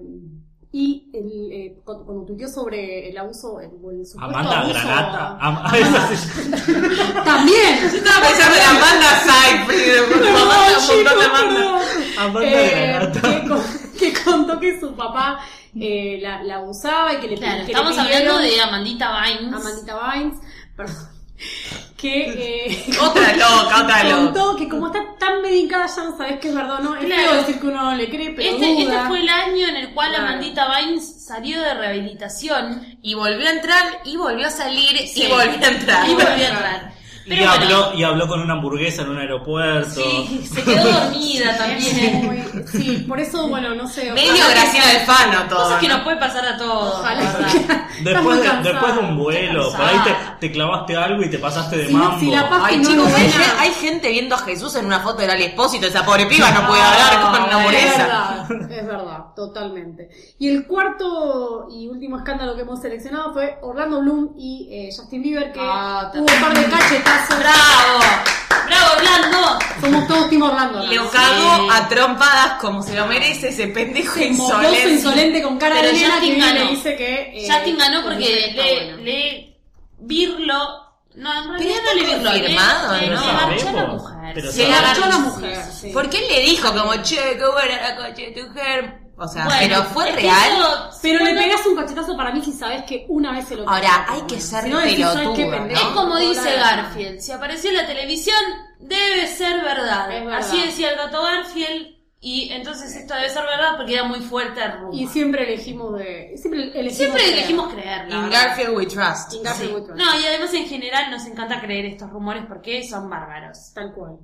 [SPEAKER 7] y el, eh, cu- cuando tuiteó sobre el abuso, el, el supuesto
[SPEAKER 6] Amanda
[SPEAKER 7] abuso-
[SPEAKER 6] Granata. Am- esa se-
[SPEAKER 7] También.
[SPEAKER 5] Yo estaba pensando en Amanda Seyfried, Amanda, un montón de Amanda.
[SPEAKER 6] Amanda
[SPEAKER 7] Eh,
[SPEAKER 6] Granata.
[SPEAKER 7] que, con- que contó que su papá eh, la, la abusaba y que le
[SPEAKER 4] Claro,
[SPEAKER 7] que le
[SPEAKER 4] estamos
[SPEAKER 7] pidieron-
[SPEAKER 4] hablando de Amandita Vines.
[SPEAKER 7] Amandita Vines, perdón, que eh,
[SPEAKER 5] Otra loca, otra loca.
[SPEAKER 7] contó que como está tan medicada ya no sabes que es verdad o no. Es
[SPEAKER 4] Claro.
[SPEAKER 7] feo decir que uno no le cree, pero
[SPEAKER 4] Este, este
[SPEAKER 7] duda.
[SPEAKER 4] fue el año en el cual
[SPEAKER 7] Claro.
[SPEAKER 4] Amandita Bynes salió de rehabilitación
[SPEAKER 5] Y volvió a entrar, y volvió a salir,
[SPEAKER 4] Sí.
[SPEAKER 5] y volvió a entrar.
[SPEAKER 4] y volvió a entrar. Pero
[SPEAKER 6] y,
[SPEAKER 4] bueno,
[SPEAKER 6] habló, y habló con una hamburguesa en un aeropuerto.
[SPEAKER 4] sí, se quedó dormida
[SPEAKER 7] Es
[SPEAKER 4] también.
[SPEAKER 7] muy- sí, por eso, bueno, no sé.
[SPEAKER 5] ¿eh? Medio Graciela de Fano todo.
[SPEAKER 4] Cosas que
[SPEAKER 5] ¿no?
[SPEAKER 4] nos puede pasar a todos.
[SPEAKER 7] Ojalá.
[SPEAKER 4] ¿verdad?
[SPEAKER 6] Después,
[SPEAKER 7] Estás
[SPEAKER 6] de,
[SPEAKER 7] muy
[SPEAKER 6] después de
[SPEAKER 7] cansada,
[SPEAKER 6] un vuelo,
[SPEAKER 4] estás
[SPEAKER 6] por ahí
[SPEAKER 4] cansada.
[SPEAKER 6] te, te clavaste algo y te pasaste de
[SPEAKER 7] Si-
[SPEAKER 6] mambo.
[SPEAKER 7] si la pa-
[SPEAKER 5] Ay,
[SPEAKER 7] No,
[SPEAKER 5] chicos,
[SPEAKER 7] no,
[SPEAKER 5] hay,
[SPEAKER 7] no.
[SPEAKER 5] gen- hay gente viendo a Jesús en una foto del Ali Espósito, esa pobre piba no puede hablar con una
[SPEAKER 7] Es
[SPEAKER 5] hamburguesa.
[SPEAKER 7] verdad, es verdad, totalmente. Y el cuarto y último escándalo que hemos seleccionado fue Orlando Bloom y eh, Justin Bieber, que
[SPEAKER 5] Ah,
[SPEAKER 7] hubo un par de cachetazos.
[SPEAKER 4] ¡Bravo! ¡Bravo, Orlando!
[SPEAKER 7] Somos todos Team Orlando. ¿no?
[SPEAKER 5] Le cago a trompadas como se lo merece ese pendejo
[SPEAKER 7] Como vos,
[SPEAKER 5] insolente.
[SPEAKER 7] insolente con cara
[SPEAKER 4] Pero
[SPEAKER 7] de nena que
[SPEAKER 4] Justin
[SPEAKER 7] viene y
[SPEAKER 4] ganó.
[SPEAKER 7] dice que... eh,
[SPEAKER 4] Justin ganó
[SPEAKER 7] dice
[SPEAKER 4] porque
[SPEAKER 7] que está
[SPEAKER 4] le,
[SPEAKER 7] bueno.
[SPEAKER 4] le virlo. No, en realidad no
[SPEAKER 5] está
[SPEAKER 4] le virlo. le-
[SPEAKER 5] confirmado,
[SPEAKER 4] le,
[SPEAKER 5] ¿no?
[SPEAKER 4] le garchó a la
[SPEAKER 6] Sabemos,
[SPEAKER 4] mujer.
[SPEAKER 6] pero
[SPEAKER 4] sí.
[SPEAKER 5] Se
[SPEAKER 7] Se
[SPEAKER 5] la
[SPEAKER 7] agachó la
[SPEAKER 5] agarró.
[SPEAKER 7] mujer. sí.
[SPEAKER 5] Porque él le dijo como, che, qué buena la coche de tu germ? O sea,
[SPEAKER 4] Bueno,
[SPEAKER 5] pero fue
[SPEAKER 4] es que
[SPEAKER 5] real.
[SPEAKER 4] eso-
[SPEAKER 7] Pero le
[SPEAKER 4] bueno,
[SPEAKER 7] pegas un cachetazo para mí si sabes que una vez se lo
[SPEAKER 5] Ahora,
[SPEAKER 7] quitaste,
[SPEAKER 5] hay que
[SPEAKER 7] ¿no?
[SPEAKER 5] ser
[SPEAKER 7] Si no, decís, ¿sabes qué,
[SPEAKER 5] pelotudo,
[SPEAKER 7] pendejo?
[SPEAKER 4] Es
[SPEAKER 5] ¿no?
[SPEAKER 4] como dice
[SPEAKER 7] Hola.
[SPEAKER 4] Garfield, si apareció en la televisión, debe ser verdad.
[SPEAKER 7] Es verdad.
[SPEAKER 4] Así decía el gato Garfield, y entonces esto debe ser verdad porque era muy fuerte el rumor.
[SPEAKER 7] Y siempre elegimos de... Siempre elegimos
[SPEAKER 4] Siempre
[SPEAKER 7] creer.
[SPEAKER 4] elegimos creer, la
[SPEAKER 5] In
[SPEAKER 4] verdad.
[SPEAKER 5] Garfield we trust.
[SPEAKER 7] In Garfield
[SPEAKER 4] Sí.
[SPEAKER 7] we trust.
[SPEAKER 4] No, y además en general nos encanta creer estos rumores porque son bárbaros.
[SPEAKER 7] Tal cual.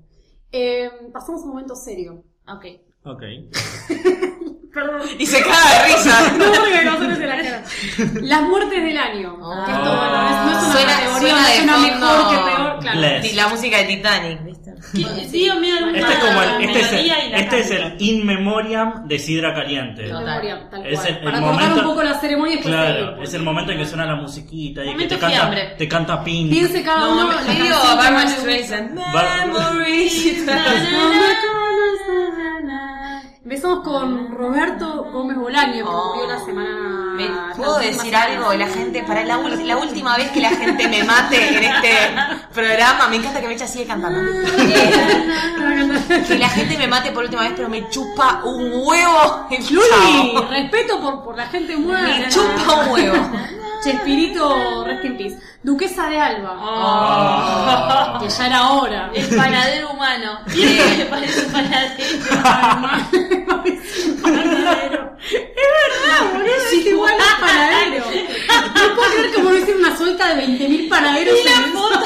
[SPEAKER 7] Eh, pasamos a un momento serio.
[SPEAKER 4] Ok.
[SPEAKER 6] Ok.
[SPEAKER 7] Perdón.
[SPEAKER 5] Y se caga de risa.
[SPEAKER 7] No, porque no se me la cara. Las muertes del año.
[SPEAKER 5] Ah.
[SPEAKER 7] Que esto, bueno, es- no es una
[SPEAKER 5] Suena-
[SPEAKER 7] categoría,
[SPEAKER 5] suena
[SPEAKER 7] no
[SPEAKER 5] de
[SPEAKER 7] es una mejor
[SPEAKER 5] fondo.
[SPEAKER 7] que peor. Claro.
[SPEAKER 6] Bless.
[SPEAKER 5] Y la música de Titanic, ¿viste?
[SPEAKER 4] ¿Qué- Digo, miedo al
[SPEAKER 6] Este es como
[SPEAKER 4] mar,
[SPEAKER 6] el, este es el,
[SPEAKER 4] melodía y la
[SPEAKER 6] este es
[SPEAKER 4] canto.
[SPEAKER 6] el in memoriam de Sidra Caliente.
[SPEAKER 5] No.
[SPEAKER 7] Memoria, tal
[SPEAKER 6] Es
[SPEAKER 7] cual.
[SPEAKER 6] el- el
[SPEAKER 7] Para cortar
[SPEAKER 6] momento-
[SPEAKER 7] un poco la ceremonia y después seguir,
[SPEAKER 6] Claro,
[SPEAKER 7] porque-
[SPEAKER 6] es el momento en que suena la musiquita y que
[SPEAKER 4] Momento
[SPEAKER 6] te canta,
[SPEAKER 4] fiebre.
[SPEAKER 6] te canta Pink.
[SPEAKER 7] Piense cada
[SPEAKER 5] No,
[SPEAKER 7] uno.
[SPEAKER 5] me
[SPEAKER 7] la
[SPEAKER 5] medio
[SPEAKER 7] canción que
[SPEAKER 5] Barbra
[SPEAKER 7] más le gusta.
[SPEAKER 5] Streisand.
[SPEAKER 6] Bar-
[SPEAKER 5] Memories.
[SPEAKER 4] Na, na, na, na, na, na.
[SPEAKER 7] Empezamos con Roberto Gómez Bolaño, que
[SPEAKER 5] Oh.
[SPEAKER 7] murió la semana.
[SPEAKER 5] Me-
[SPEAKER 7] la
[SPEAKER 5] ¿Puedo
[SPEAKER 7] última
[SPEAKER 5] decir
[SPEAKER 7] semana.
[SPEAKER 5] algo? La gente, para la, ul- la última vez que la gente me mate en este programa, me encanta que Mecha sigue cantando. que la gente me mate por última vez, pero me chupa un huevo.
[SPEAKER 7] Luli,
[SPEAKER 5] Chao.
[SPEAKER 7] respeto por, por la gente muerta.
[SPEAKER 5] Me chupa un huevo.
[SPEAKER 7] Chespirito, rest in peace. Duquesa de Alba.
[SPEAKER 5] Oh.
[SPEAKER 7] Que ya era hora.
[SPEAKER 4] El panadero humano. ¿Quién le parece un panadero?
[SPEAKER 7] panadero. Es verdad, boludo. Es igual al panadero. No puedo creer que volvés a una suelta de 20.000 panaderos.
[SPEAKER 4] Y la
[SPEAKER 7] en el-
[SPEAKER 4] foto.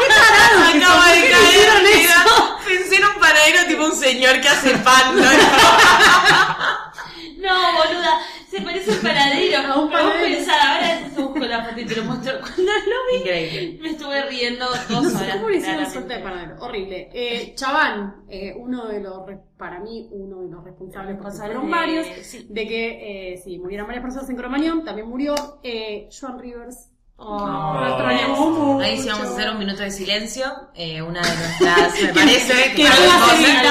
[SPEAKER 7] ¡Qué tarados que
[SPEAKER 5] Acaba
[SPEAKER 7] son!
[SPEAKER 5] de
[SPEAKER 7] ¿Por qué
[SPEAKER 5] caer,
[SPEAKER 7] hicieron
[SPEAKER 5] me
[SPEAKER 7] eso?
[SPEAKER 5] da- Pensé en un panadero tipo un señor que hace pan. ¿no?
[SPEAKER 4] No, boluda. Se parece a un panadero.
[SPEAKER 7] A un
[SPEAKER 4] Pero vos
[SPEAKER 7] panadero.
[SPEAKER 4] pensás, ahora te busco la foto y te lo muestro. Cuando lo vi,
[SPEAKER 5] Increíble.
[SPEAKER 4] me estuve riendo dos horas.
[SPEAKER 7] ¿Cómo le hicieron
[SPEAKER 4] claramente.
[SPEAKER 7] suelta de panadero? Horrible. Eh, Chabán, eh, uno de los, re- para mí, uno de los responsables, porque
[SPEAKER 4] Responsable
[SPEAKER 7] fueron
[SPEAKER 4] de-
[SPEAKER 7] varios,
[SPEAKER 4] sí.
[SPEAKER 7] de que eh, sí, murieran varias personas en Cromañón, también murió eh, Joan Rivers.
[SPEAKER 4] Oh.
[SPEAKER 7] Lo extrañamos mucho.
[SPEAKER 5] Ahí sí vamos a hacer un minuto de silencio. Eh, una de nuestras, me parece,
[SPEAKER 7] que
[SPEAKER 5] algo
[SPEAKER 7] pueda ser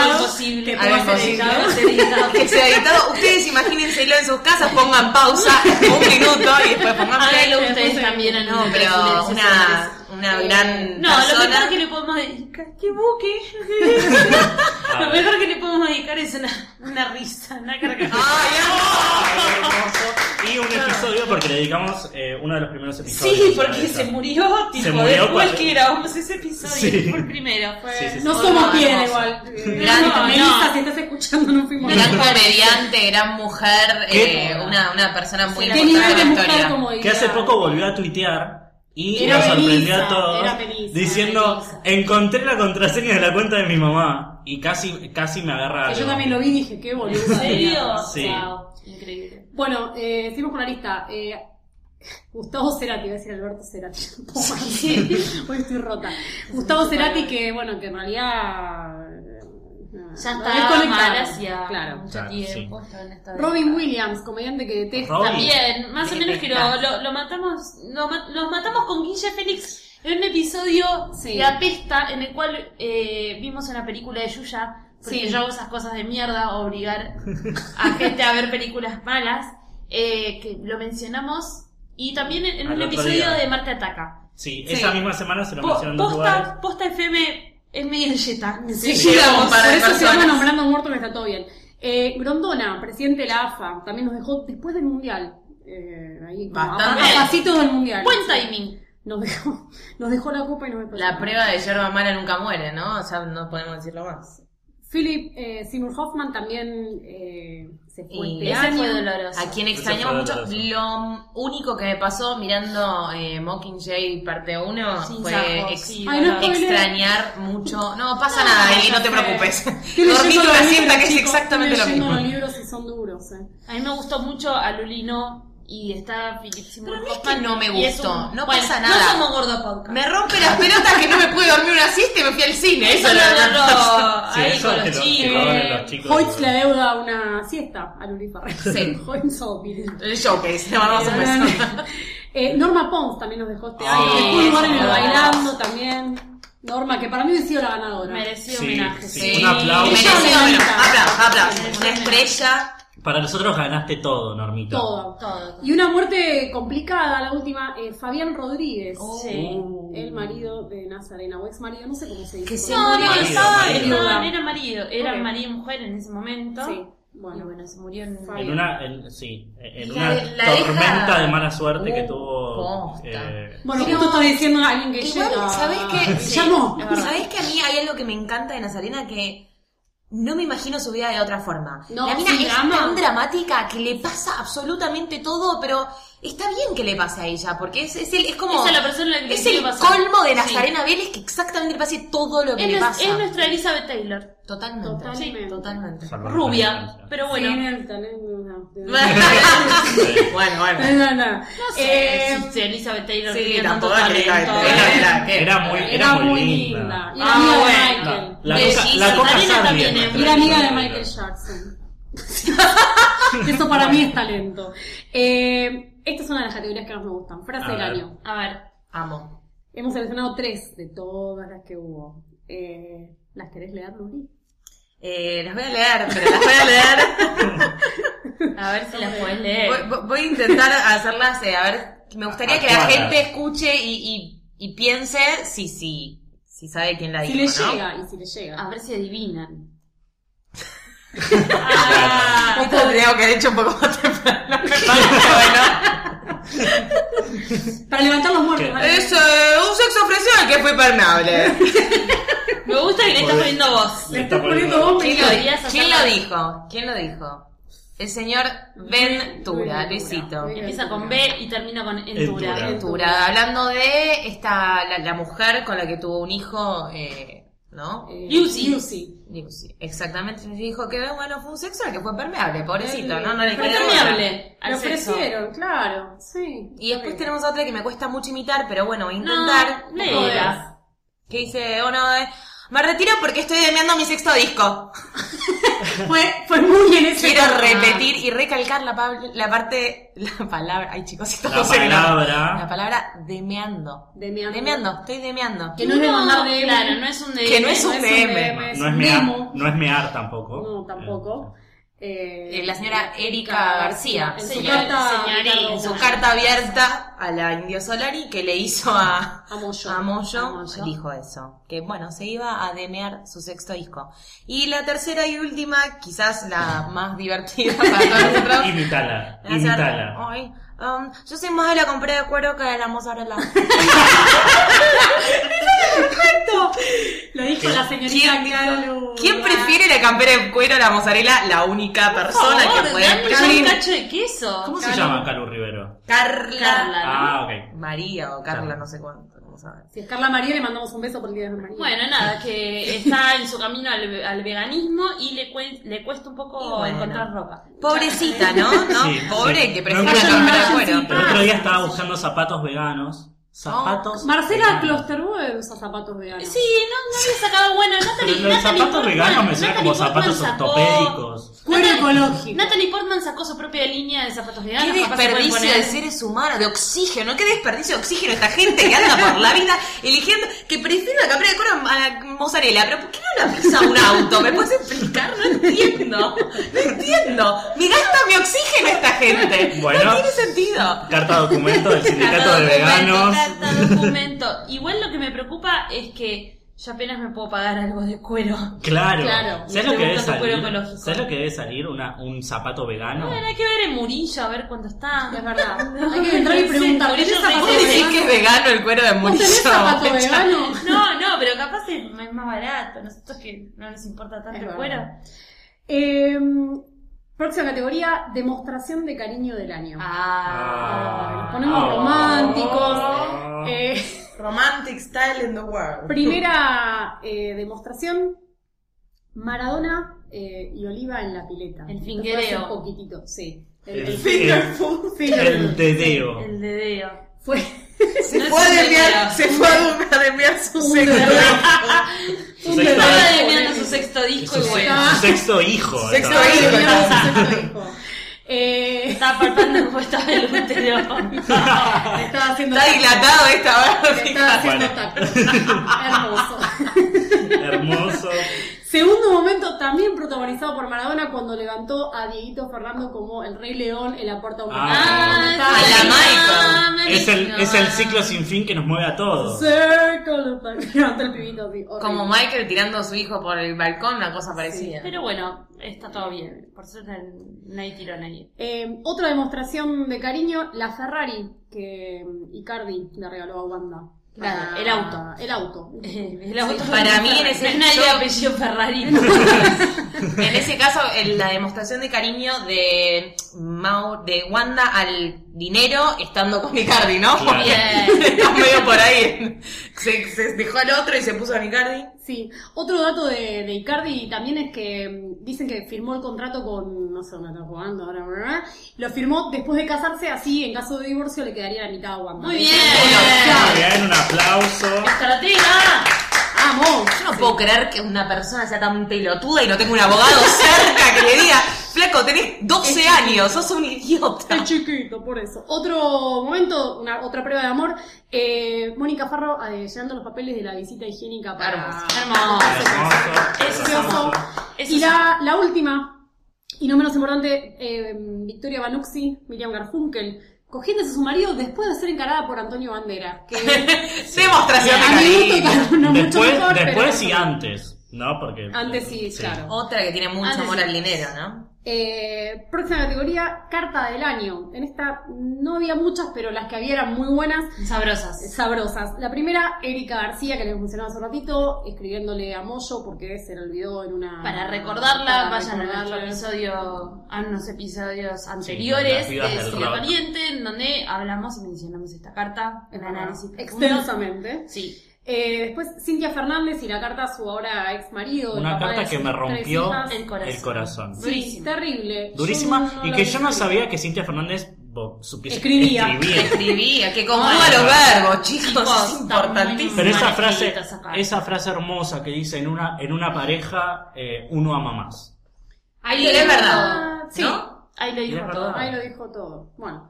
[SPEAKER 5] imposible.
[SPEAKER 7] editado.
[SPEAKER 5] Algo
[SPEAKER 7] Que
[SPEAKER 5] imposible.
[SPEAKER 7] pueda
[SPEAKER 5] Algo
[SPEAKER 7] ser
[SPEAKER 5] imposible.
[SPEAKER 7] editado.
[SPEAKER 5] Que sea editado. Ustedes imagínenselo en sus casas, pongan pausa un minuto y después pongan play.
[SPEAKER 4] Háganlo ustedes también a
[SPEAKER 5] No,
[SPEAKER 4] nosotros,
[SPEAKER 5] pero
[SPEAKER 4] silencios
[SPEAKER 5] una,
[SPEAKER 4] antes.
[SPEAKER 5] una
[SPEAKER 7] Eh,
[SPEAKER 5] gran
[SPEAKER 4] No, lo
[SPEAKER 5] persona.
[SPEAKER 4] mejor que le podemos dedicar. ¡Qué buque!
[SPEAKER 6] A
[SPEAKER 4] lo
[SPEAKER 6] ver.
[SPEAKER 4] mejor que le podemos dedicar es una, una risa, una carcajada.
[SPEAKER 5] ¡Ay, amor!
[SPEAKER 6] Y un episodio porque le dedicamos eh, uno de los primeros episodios.
[SPEAKER 4] Sí,
[SPEAKER 6] a
[SPEAKER 4] porque
[SPEAKER 6] ella.
[SPEAKER 4] se murió, tipo,
[SPEAKER 6] Se murió
[SPEAKER 4] después
[SPEAKER 6] cuando-
[SPEAKER 4] que grabamos ese episodio,
[SPEAKER 6] Sí.
[SPEAKER 4] fue el primero.
[SPEAKER 6] Sí, sí, sí.
[SPEAKER 7] No
[SPEAKER 5] Oh,
[SPEAKER 7] somos
[SPEAKER 5] no,
[SPEAKER 7] piedra
[SPEAKER 5] hermoso.
[SPEAKER 7] igual. Eh,
[SPEAKER 5] Gran-
[SPEAKER 7] no,
[SPEAKER 4] no.
[SPEAKER 7] Melissa, si estás escuchando, no fuimos.
[SPEAKER 5] Gran comediante, gran mujer, eh, una, una persona muy
[SPEAKER 7] ¿Qué nivel
[SPEAKER 5] importante
[SPEAKER 7] de
[SPEAKER 5] en la
[SPEAKER 7] mujer
[SPEAKER 5] historia.
[SPEAKER 7] como
[SPEAKER 6] Que hace
[SPEAKER 7] diría?
[SPEAKER 6] poco volvió a tuitear. Y
[SPEAKER 7] Era
[SPEAKER 6] nos sorprendió
[SPEAKER 7] Melissa,
[SPEAKER 6] a todos
[SPEAKER 7] era Melissa,
[SPEAKER 6] diciendo,
[SPEAKER 7] Melissa.
[SPEAKER 6] encontré la contraseña de la cuenta de mi mamá y casi, casi me agarra.
[SPEAKER 7] Que yo
[SPEAKER 6] algo.
[SPEAKER 7] también lo vi y dije, qué boludo.
[SPEAKER 4] ¿En serio?
[SPEAKER 6] Sí.
[SPEAKER 4] Wow, increíble.
[SPEAKER 7] Bueno, eh, seguimos con la lista. Eh, Gustavo Cerati, iba a decir Alberto Cerati. Hoy estoy rota. Gustavo Cerati, que bueno, que en realidad. eh,
[SPEAKER 4] Ya
[SPEAKER 7] nada, lo
[SPEAKER 4] está
[SPEAKER 7] desconectamos.
[SPEAKER 4] mal hacía
[SPEAKER 7] Claro.
[SPEAKER 4] mucho
[SPEAKER 6] Claro,
[SPEAKER 4] tiempo.
[SPEAKER 6] sí.
[SPEAKER 4] estaba en esta
[SPEAKER 7] Robin
[SPEAKER 4] década.
[SPEAKER 7] Williams, comediante que detesta.
[SPEAKER 6] Robin.
[SPEAKER 4] También, más o menos que lo,
[SPEAKER 5] Detestás.
[SPEAKER 4] lo, lo matamos, lo ma- los matamos con Guille Félix en un episodio
[SPEAKER 7] Sí.
[SPEAKER 4] de Apesta en el cual eh, vimos una película de Yuya, porque
[SPEAKER 7] Sí.
[SPEAKER 4] yo hago esas cosas de mierda, obligar a gente a ver películas malas, eh, que lo mencionamos, y también en, en
[SPEAKER 6] Al
[SPEAKER 4] un
[SPEAKER 6] otro
[SPEAKER 4] episodio
[SPEAKER 6] día.
[SPEAKER 4] de Marca Ataca.
[SPEAKER 6] Sí,
[SPEAKER 7] Sí.
[SPEAKER 6] esa misma semana se lo
[SPEAKER 4] Po-
[SPEAKER 6] mencionaron en dos lugares.
[SPEAKER 4] posta, posta FM es medio yeta.
[SPEAKER 7] Sí,
[SPEAKER 5] Sí,
[SPEAKER 7] llegamos.
[SPEAKER 5] un par de
[SPEAKER 7] Por eso se
[SPEAKER 5] personas.
[SPEAKER 7] llama nombrando muertos, está todo bien. Eh, Grondona, presidente de la AFA, también nos dejó después del Mundial. Eh, ahí, como a-
[SPEAKER 5] Bastante.
[SPEAKER 7] a pasitos del Mundial.
[SPEAKER 4] Buen
[SPEAKER 7] Sí.
[SPEAKER 4] timing.
[SPEAKER 7] nos dejó, nos dejó la copa y nos dejó
[SPEAKER 5] La prueba de yerba mala nunca muere, ¿no? O sea, no podemos decirlo más.
[SPEAKER 7] Philip eh, Seymour Hoffman también eh, se fue
[SPEAKER 5] Y
[SPEAKER 7] este
[SPEAKER 5] ese
[SPEAKER 7] año.
[SPEAKER 5] fue doloroso. A quien
[SPEAKER 6] Eso
[SPEAKER 5] extrañaba
[SPEAKER 6] fue
[SPEAKER 5] mucho. Lo único que me pasó mirando eh, Mockingjay parte 1
[SPEAKER 4] Sin
[SPEAKER 5] fue
[SPEAKER 4] sajo,
[SPEAKER 5] ex-
[SPEAKER 4] sí,
[SPEAKER 7] Ay, no spoilees.
[SPEAKER 5] extrañar mucho. No, pasa nada, Eli, no te
[SPEAKER 7] sé.
[SPEAKER 5] preocupes.
[SPEAKER 7] Estoy
[SPEAKER 5] Dormí
[SPEAKER 7] leyendo
[SPEAKER 5] una
[SPEAKER 7] los
[SPEAKER 5] siesta que
[SPEAKER 7] libros,
[SPEAKER 5] es
[SPEAKER 7] chicos,
[SPEAKER 5] exactamente lo
[SPEAKER 7] estoy leyendo
[SPEAKER 5] mismo.
[SPEAKER 7] los libros y son duros, eh.
[SPEAKER 4] A mí me gustó mucho a Lulino y está Philip Seymour
[SPEAKER 5] Pero no es
[SPEAKER 4] Hoffman
[SPEAKER 5] que no me
[SPEAKER 4] y es
[SPEAKER 5] gustó,
[SPEAKER 4] un-
[SPEAKER 5] no
[SPEAKER 4] bueno,
[SPEAKER 5] pasa nada.
[SPEAKER 4] No somos gordo podcast.
[SPEAKER 5] Me rompe las pelotas que no me pude dormir una siesta y me fui al cine.
[SPEAKER 4] Eso
[SPEAKER 5] Eso es lo que me pasó.
[SPEAKER 4] lo
[SPEAKER 6] Sí,
[SPEAKER 4] ahí
[SPEAKER 6] eso
[SPEAKER 4] con
[SPEAKER 6] es que
[SPEAKER 4] los
[SPEAKER 6] lo- que lo hagan los
[SPEAKER 4] chismes.
[SPEAKER 6] chicos.
[SPEAKER 7] Hoyts le deuda una siesta a Luli Farrell.
[SPEAKER 5] Sí.
[SPEAKER 7] Hoyts o Bill.
[SPEAKER 5] El showcase, le mandamos un beso.
[SPEAKER 7] Eh, Norma Pons también nos dejó este
[SPEAKER 6] Sí,
[SPEAKER 7] año. Dejó un lugar en el
[SPEAKER 5] sí.
[SPEAKER 7] bailando también. Norma, que para mí ha sido la ganadora.
[SPEAKER 4] Merecido
[SPEAKER 6] Sí,
[SPEAKER 4] homenaje.
[SPEAKER 6] sí. Un aplauso.
[SPEAKER 5] Merecido,
[SPEAKER 7] Sí.
[SPEAKER 5] bueno, aplauso, aplauso. Una estrella.
[SPEAKER 6] Para nosotros ganaste todo, Normita.
[SPEAKER 7] Todo.
[SPEAKER 4] Todo.
[SPEAKER 7] Y una muerte complicada, la última, eh, Fabián Rodríguez.
[SPEAKER 5] Oh. Uh,
[SPEAKER 4] Sí.
[SPEAKER 6] Uh.
[SPEAKER 7] El marido de Nazarena, o ex marido, no sé cómo se dice.
[SPEAKER 5] Que sí,
[SPEAKER 4] No, no,
[SPEAKER 5] Marido,
[SPEAKER 4] estaba,
[SPEAKER 6] marido.
[SPEAKER 4] estaban, era marido, era
[SPEAKER 7] Ok.
[SPEAKER 4] marido y mujer en ese momento.
[SPEAKER 7] Sí,
[SPEAKER 4] Y
[SPEAKER 7] bueno.
[SPEAKER 4] bueno, se murió en...
[SPEAKER 7] Fabio.
[SPEAKER 6] En una, en- sí, en
[SPEAKER 5] La-
[SPEAKER 6] una
[SPEAKER 5] la
[SPEAKER 6] tormenta
[SPEAKER 5] deja-
[SPEAKER 6] de mala suerte que
[SPEAKER 5] Uh,
[SPEAKER 6] tuvo.
[SPEAKER 5] posta.
[SPEAKER 6] eh,
[SPEAKER 7] Bueno, justo está diciendo a alguien que llega.
[SPEAKER 5] Igual, ¿sabés qué? Sí,
[SPEAKER 7] Llamó.
[SPEAKER 5] la verdad. ¿Sabés que a mí hay algo que me encanta de Nazarena que no me imagino su vida de otra forma?
[SPEAKER 7] No,
[SPEAKER 5] la mina
[SPEAKER 7] sí,
[SPEAKER 5] es
[SPEAKER 7] drama.
[SPEAKER 5] tan dramática que le pasa absolutamente todo, pero está bien que le pase a ella, porque es, es, el, es como...
[SPEAKER 4] Esa es la persona a la que
[SPEAKER 5] es
[SPEAKER 4] le
[SPEAKER 5] el
[SPEAKER 4] pasó.
[SPEAKER 5] colmo de
[SPEAKER 4] Sí.
[SPEAKER 5] Nazarena Vélez que exactamente le pase todo lo que
[SPEAKER 4] Es,
[SPEAKER 5] le
[SPEAKER 4] nues-
[SPEAKER 5] pasa.
[SPEAKER 4] es nuestra Elizabeth Taylor.
[SPEAKER 5] Totalmente.
[SPEAKER 7] Totalmente.
[SPEAKER 5] Sí, totalmente.
[SPEAKER 6] salvar la
[SPEAKER 4] Rubia,
[SPEAKER 6] existencia.
[SPEAKER 4] pero
[SPEAKER 7] Bueno.
[SPEAKER 4] bueno.
[SPEAKER 5] bueno, bueno.
[SPEAKER 7] No, no, no.
[SPEAKER 4] No sé
[SPEAKER 7] Eh,
[SPEAKER 4] si Elizabeth Taylor
[SPEAKER 5] Sí,
[SPEAKER 4] tenía tanto
[SPEAKER 5] tampoco es que diga que-
[SPEAKER 4] talento.
[SPEAKER 5] era- era- que-
[SPEAKER 6] Era muy, era
[SPEAKER 7] Era muy
[SPEAKER 6] linda.
[SPEAKER 7] linda. Y
[SPEAKER 5] Ah,
[SPEAKER 7] era amiga de
[SPEAKER 5] bueno.
[SPEAKER 7] Michael.
[SPEAKER 6] La
[SPEAKER 5] Bellísima.
[SPEAKER 6] coca, la coca
[SPEAKER 4] Marina
[SPEAKER 6] Sarli
[SPEAKER 4] también
[SPEAKER 6] es
[SPEAKER 4] es
[SPEAKER 6] nuestra
[SPEAKER 7] Y era eh, amiga de
[SPEAKER 6] Elizabeth
[SPEAKER 7] Michael
[SPEAKER 6] Taylor.
[SPEAKER 7] Jackson. Eso para mí es talento. Eh, esta es una de las categorías que más me gustan. Frase
[SPEAKER 6] A
[SPEAKER 7] del
[SPEAKER 6] ver.
[SPEAKER 7] año.
[SPEAKER 4] A ver,
[SPEAKER 5] Amo.
[SPEAKER 7] Hemos seleccionado tres de todas las que hubo. Eh, ¿Las querés leer, Luli?
[SPEAKER 5] Eh, las voy a leer, pero las voy a leer...
[SPEAKER 4] a ver si las puedes leer.
[SPEAKER 5] Voy, voy- voy a intentar hacerlas, eh, a ver, me gustaría que la
[SPEAKER 6] Actuarlas.
[SPEAKER 5] gente escuche y, y, y piense si, si, si sabe quién la
[SPEAKER 7] Si
[SPEAKER 5] dijo,
[SPEAKER 7] le
[SPEAKER 5] ¿no?
[SPEAKER 7] llega, y si le llega.
[SPEAKER 6] Ah.
[SPEAKER 4] A ver si adivinan.
[SPEAKER 5] Ah, esto tendría que haber hecho un poco más temprano, me parece,
[SPEAKER 7] Para levantar los muertos.
[SPEAKER 6] ¿Qué?
[SPEAKER 5] bueno.
[SPEAKER 7] dale.
[SPEAKER 5] Es eh, un sexo ofrecido que fue permeable.
[SPEAKER 4] Me gusta que le estás poniendo vos.
[SPEAKER 6] Le
[SPEAKER 7] Le
[SPEAKER 6] está
[SPEAKER 7] estás poniendo
[SPEAKER 6] poniendo-
[SPEAKER 7] vos,
[SPEAKER 4] ¿Quién
[SPEAKER 7] Miguel.
[SPEAKER 4] lo diría? Podrías
[SPEAKER 5] ¿Quién lo
[SPEAKER 4] hacerlo.
[SPEAKER 5] dijo? ¿Quién lo dijo? El señor Ventura, Luisito.
[SPEAKER 4] Empieza con B y termina con
[SPEAKER 6] Entura.
[SPEAKER 4] Entura.
[SPEAKER 5] Ventura, hablando de esta, la, la mujer con la que tuvo un hijo, eh, ¿no?
[SPEAKER 7] Eh,
[SPEAKER 4] Lucy.
[SPEAKER 7] Lucy.
[SPEAKER 5] Digo, sí, exactamente. Me dijo que bueno, fue un sexual, que fue permeable, pobrecito,
[SPEAKER 7] Ay,
[SPEAKER 5] ¿no? No le
[SPEAKER 4] Fue
[SPEAKER 7] fue
[SPEAKER 5] queda otra.
[SPEAKER 4] permeable al
[SPEAKER 7] Lo
[SPEAKER 4] sexo.
[SPEAKER 7] ofrecieron, claro. Sí.
[SPEAKER 5] Y después
[SPEAKER 7] Ok.
[SPEAKER 5] tenemos otra que me cuesta mucho imitar, pero bueno, voy a
[SPEAKER 4] No,
[SPEAKER 5] intentar.
[SPEAKER 4] léela.
[SPEAKER 5] Que dice, bueno, eh, me retiro porque estoy demeando mi sexto disco.
[SPEAKER 7] Fue, fue muy en ese
[SPEAKER 5] Quiero
[SPEAKER 7] tema.
[SPEAKER 5] repetir y recalcar la, pa- la parte, la palabra, ay chicos, esto
[SPEAKER 6] La
[SPEAKER 5] no sé qué no.
[SPEAKER 6] palabra.
[SPEAKER 5] La palabra demeando.
[SPEAKER 7] Demeando.
[SPEAKER 5] Demeando, estoy demeando.
[SPEAKER 7] Que no es de mandar DM.
[SPEAKER 4] Claro, no es un DM.
[SPEAKER 5] Que no es un DM.
[SPEAKER 7] es
[SPEAKER 6] No es
[SPEAKER 7] un
[SPEAKER 6] mear,
[SPEAKER 7] demo.
[SPEAKER 6] no es mear tampoco.
[SPEAKER 7] No, tampoco. Eh,
[SPEAKER 5] Eh, la señora Erika García,
[SPEAKER 7] En su
[SPEAKER 5] señor-
[SPEAKER 7] carta,
[SPEAKER 4] señorita,
[SPEAKER 7] Ricardo,
[SPEAKER 5] En su
[SPEAKER 7] bueno,
[SPEAKER 5] carta abierta a la Indio Solari que le hizo a,
[SPEAKER 7] A Moyo.
[SPEAKER 5] a Moyo,
[SPEAKER 7] A Moyo.
[SPEAKER 5] dijo eso. Que bueno, se iba a demear su sexto disco. Y la tercera y última, quizás la más divertida para todos nosotros.
[SPEAKER 6] Imitala,
[SPEAKER 5] la ser-
[SPEAKER 6] imitala.
[SPEAKER 5] Ay, um, yo soy más de la compré de cuero que de la mozzarella.
[SPEAKER 7] Lo dijo la señorita Carlos.
[SPEAKER 5] ¿Quién prefiere la campera de cuero a la mozzarella? La única persona
[SPEAKER 4] Por favor,
[SPEAKER 5] que puede
[SPEAKER 4] dame
[SPEAKER 5] Carlin-
[SPEAKER 4] un cacho de queso.
[SPEAKER 6] ¿Cómo se llama Calu Rivero?
[SPEAKER 5] Carla.
[SPEAKER 4] Carla.
[SPEAKER 6] Ah, ok.
[SPEAKER 5] María o Carla,
[SPEAKER 6] Carla.
[SPEAKER 5] no sé cuánto, no sabes.
[SPEAKER 7] Si es Carla María, le mandamos un beso por el día de María.
[SPEAKER 4] Bueno, nada, que está en su camino al, al veganismo y le, cuen- le cuesta un poco
[SPEAKER 5] Y bueno.
[SPEAKER 4] encontrar ropa.
[SPEAKER 5] Pobrecita, ¿no? ¿No?
[SPEAKER 6] Sí,
[SPEAKER 5] Pobre
[SPEAKER 6] sí.
[SPEAKER 5] que
[SPEAKER 6] No
[SPEAKER 5] prefiere la
[SPEAKER 6] encuentra-
[SPEAKER 5] campera de
[SPEAKER 7] Fashion
[SPEAKER 5] cuero.
[SPEAKER 6] El otro día estaba buscando zapatos veganos. Zapatos.
[SPEAKER 7] Marcela
[SPEAKER 6] veganos.
[SPEAKER 7] Klosterboe usa zapatos veganos.
[SPEAKER 4] Sí, no, no había sacado bueno. Natalie,
[SPEAKER 6] Pero los
[SPEAKER 4] Natalie
[SPEAKER 6] zapatos
[SPEAKER 4] Portman-
[SPEAKER 6] veganos me
[SPEAKER 4] Natalie
[SPEAKER 6] suenan como
[SPEAKER 4] Portman
[SPEAKER 6] zapatos
[SPEAKER 4] sacó-
[SPEAKER 6] ortopédicos.
[SPEAKER 7] Cuero
[SPEAKER 4] Natalie-
[SPEAKER 7] ecológico.
[SPEAKER 4] Natalie Portman sacó su propia línea de zapatos
[SPEAKER 5] Qué
[SPEAKER 4] veganos. capaz se pueden
[SPEAKER 5] desperdicio de
[SPEAKER 4] poner-
[SPEAKER 5] seres humanos, de oxígeno, qué desperdicio de oxígeno esta gente que anda por la vida eligiendo que prefiere la campera de cuero a la mozzarella, pero ¿por qué no la pisa un auto? ¿Me puedes explicar? No entiendo, no entiendo. Me gasta mi oxígeno esta gente.
[SPEAKER 6] Bueno.
[SPEAKER 5] No tiene sentido.
[SPEAKER 6] Carta documento del sindicato de
[SPEAKER 4] Carta documento,
[SPEAKER 6] veganos.
[SPEAKER 4] carta documento. Igual lo que me preocupa es que Yo apenas me puedo pagar algo de cuero.
[SPEAKER 6] Claro.
[SPEAKER 7] Claro,
[SPEAKER 6] ¿Sabes
[SPEAKER 4] no
[SPEAKER 6] lo
[SPEAKER 4] te
[SPEAKER 6] que debe
[SPEAKER 4] gusta tu cuero
[SPEAKER 6] salir?
[SPEAKER 4] ecológico.
[SPEAKER 6] ¿Sabes lo que debe salir? Una, un zapato vegano.
[SPEAKER 4] Bueno, hay que ver en Murillo a ver cuánto está.
[SPEAKER 7] Es verdad. Hay que entrar y preguntar, ¿tenés
[SPEAKER 4] Murillo me
[SPEAKER 7] zapatos
[SPEAKER 5] ¿Vos
[SPEAKER 4] dice-
[SPEAKER 5] decís que es vegano el cuero de
[SPEAKER 7] ¿Vos
[SPEAKER 5] Murillo?
[SPEAKER 7] tenés zapato
[SPEAKER 5] Mecha?
[SPEAKER 7] vegano?
[SPEAKER 4] No, no, pero capaz es es más barato. Nosotros que no nos importa tanto
[SPEAKER 7] Es
[SPEAKER 4] el
[SPEAKER 7] verdad.
[SPEAKER 4] cuero.
[SPEAKER 7] Eh, próxima categoría, demostración de cariño del año.
[SPEAKER 5] Ah.
[SPEAKER 7] Nos ponemos románticos.
[SPEAKER 6] Ah.
[SPEAKER 7] Eh,
[SPEAKER 5] Romantic style in the world.
[SPEAKER 7] primera eh, demostración, Maradona eh, y Oliva en la pileta.
[SPEAKER 4] El
[SPEAKER 7] Esto fue
[SPEAKER 4] fingereo.
[SPEAKER 7] hace poquitito, sí.
[SPEAKER 6] El,
[SPEAKER 7] el-
[SPEAKER 6] el- el dedeo.
[SPEAKER 4] El dedeo.
[SPEAKER 7] Fue
[SPEAKER 8] Se fue
[SPEAKER 4] No es un
[SPEAKER 8] a
[SPEAKER 4] video.
[SPEAKER 8] enviar, se fue a dormir- a enviar su
[SPEAKER 7] un dedo.
[SPEAKER 8] sexto,
[SPEAKER 6] sexto-
[SPEAKER 7] Un dedo.
[SPEAKER 4] Estaba debiendo su sexto disco y
[SPEAKER 6] Su,
[SPEAKER 4] bueno.
[SPEAKER 6] su sexto hijo.
[SPEAKER 8] Sexto
[SPEAKER 6] estaba-
[SPEAKER 8] hijo.
[SPEAKER 7] Estaba debiendo su sexto hijo. Eh,
[SPEAKER 4] Estaba palpando como estaba el útero.
[SPEAKER 7] estaba haciendo
[SPEAKER 5] Está dilatado esta hora.
[SPEAKER 7] Estaba haciendo
[SPEAKER 6] Bueno.
[SPEAKER 7] tacos. Hermoso.
[SPEAKER 6] Hermoso.
[SPEAKER 7] Segundo momento, también protagonizado por Maradona cuando levantó a Dieguito Fernando como el Rey León en la puerta
[SPEAKER 6] Ah,
[SPEAKER 7] Estaba-
[SPEAKER 5] a la Michael.
[SPEAKER 4] Ah,
[SPEAKER 6] Es el, es el ciclo sin fin que nos mueve a todos.
[SPEAKER 7] Circle of Life. Levantó el pibito así, horrible.
[SPEAKER 5] Como Michael tirando a su hijo por el balcón, una cosa parecida.
[SPEAKER 4] Pero bueno, está todo bien. Por suerte nadie tiró a nadie.
[SPEAKER 7] Eh, otra demostración de cariño, la Ferrari que mm, Icardi le regaló a Wanda.
[SPEAKER 4] Claro,
[SPEAKER 7] Para-
[SPEAKER 4] el auto.
[SPEAKER 7] El auto.
[SPEAKER 4] El auto
[SPEAKER 5] para mí en ese-
[SPEAKER 4] nadie
[SPEAKER 5] yo-
[SPEAKER 4] apellido Ferrari.
[SPEAKER 5] En ese caso, el- la demostración de cariño de Mau- de Wanda al dinero estando con Nicardi, ¿no?
[SPEAKER 6] Claro.
[SPEAKER 5] Porque Está medio por ahí. Se, se dejó al otro y se puso a Nicardi.
[SPEAKER 7] Sí, otro dato de, de Icardi también es que mm, dicen que firmó el contrato con, no sé, me está jugando ahora, bla, bla, bla. lo firmó después de casarse, así en caso de divorcio le quedaría la mitad a Wanda.
[SPEAKER 4] Muy bien.
[SPEAKER 6] Muy bien, un aplauso.
[SPEAKER 4] ¡Estratega!
[SPEAKER 7] ¡Vamos!
[SPEAKER 5] Yo no puedo creer que una persona sea tan pelotuda y no tenga un abogado cerca que le diga, flaco, tenés 12 años, sos un idiota.
[SPEAKER 7] Es chiquito, por eso. Otro momento, una, otra prueba de amor, eh, Mónica Farro eh, llenando los papeles de la visita higiénica para...
[SPEAKER 5] Hermoso.
[SPEAKER 6] Hermoso.
[SPEAKER 7] Eso es hermoso.
[SPEAKER 4] Eso
[SPEAKER 7] Y
[SPEAKER 4] es-
[SPEAKER 7] la, la última, y no menos importante, eh, Victoria Banuxi, Miriam Garfunkel, cogiéndose a su marido después de ser encarada por Antonio Bandera. Que
[SPEAKER 5] Demostración de
[SPEAKER 7] a mí
[SPEAKER 5] cariño.
[SPEAKER 7] me gusta cada uno mucho
[SPEAKER 6] Después,
[SPEAKER 7] mejor,
[SPEAKER 6] después
[SPEAKER 7] pero-
[SPEAKER 6] y antes, ¿no? Porque
[SPEAKER 7] Antes sí, claro.
[SPEAKER 5] Otra que tiene mucho
[SPEAKER 7] Antes
[SPEAKER 5] amor
[SPEAKER 7] sí.
[SPEAKER 5] al dinero, ¿no?
[SPEAKER 7] Eh, próxima categoría, carta del año. En esta no había muchas, pero las que había eran muy buenas,
[SPEAKER 4] Sabrosas.
[SPEAKER 7] sabrosas. La primera, Erika García, que les mencionaba hace un ratito, escribiéndole a Moyo porque se le olvidó en una...
[SPEAKER 4] Ah, Para recordarla,
[SPEAKER 7] para
[SPEAKER 4] vayan a
[SPEAKER 7] recordarla.
[SPEAKER 4] nuestro episodio, a unos episodios anteriores
[SPEAKER 6] las
[SPEAKER 4] de
[SPEAKER 6] vidas del
[SPEAKER 4] Silvia
[SPEAKER 6] rock.
[SPEAKER 4] Pariente, en donde hablamos y mencionamos esta carta, el análisis profundo.
[SPEAKER 7] Extensamente.
[SPEAKER 4] Sí.
[SPEAKER 7] Eh, después Cintia Fernández y la carta a su ahora ex marido.
[SPEAKER 6] Una carta que me rompió
[SPEAKER 4] el corazón.
[SPEAKER 6] El corazón.
[SPEAKER 7] Sí,
[SPEAKER 4] Durísima.
[SPEAKER 7] terrible.
[SPEAKER 6] Durísima.
[SPEAKER 7] Yo no- no
[SPEAKER 6] y
[SPEAKER 7] la
[SPEAKER 6] que
[SPEAKER 7] vi.
[SPEAKER 6] yo no sabía que Cintia Fernández bo, supiese
[SPEAKER 7] Escribía.
[SPEAKER 6] escribir.
[SPEAKER 5] Escribía, que conjuga los verbos, chicos, es importantísimo.
[SPEAKER 6] Pero esa
[SPEAKER 4] Mal
[SPEAKER 6] frase,
[SPEAKER 4] escrita esa carta.
[SPEAKER 6] esa frase hermosa que dice en una, en una pareja, eh, uno ama más.
[SPEAKER 4] Ahí
[SPEAKER 5] Pero es
[SPEAKER 7] verdad,
[SPEAKER 4] Sí.
[SPEAKER 5] ¿no?
[SPEAKER 4] Ahí lo dijo
[SPEAKER 6] Es
[SPEAKER 4] todo.
[SPEAKER 6] verdad.
[SPEAKER 7] Ahí lo dijo todo. Bueno.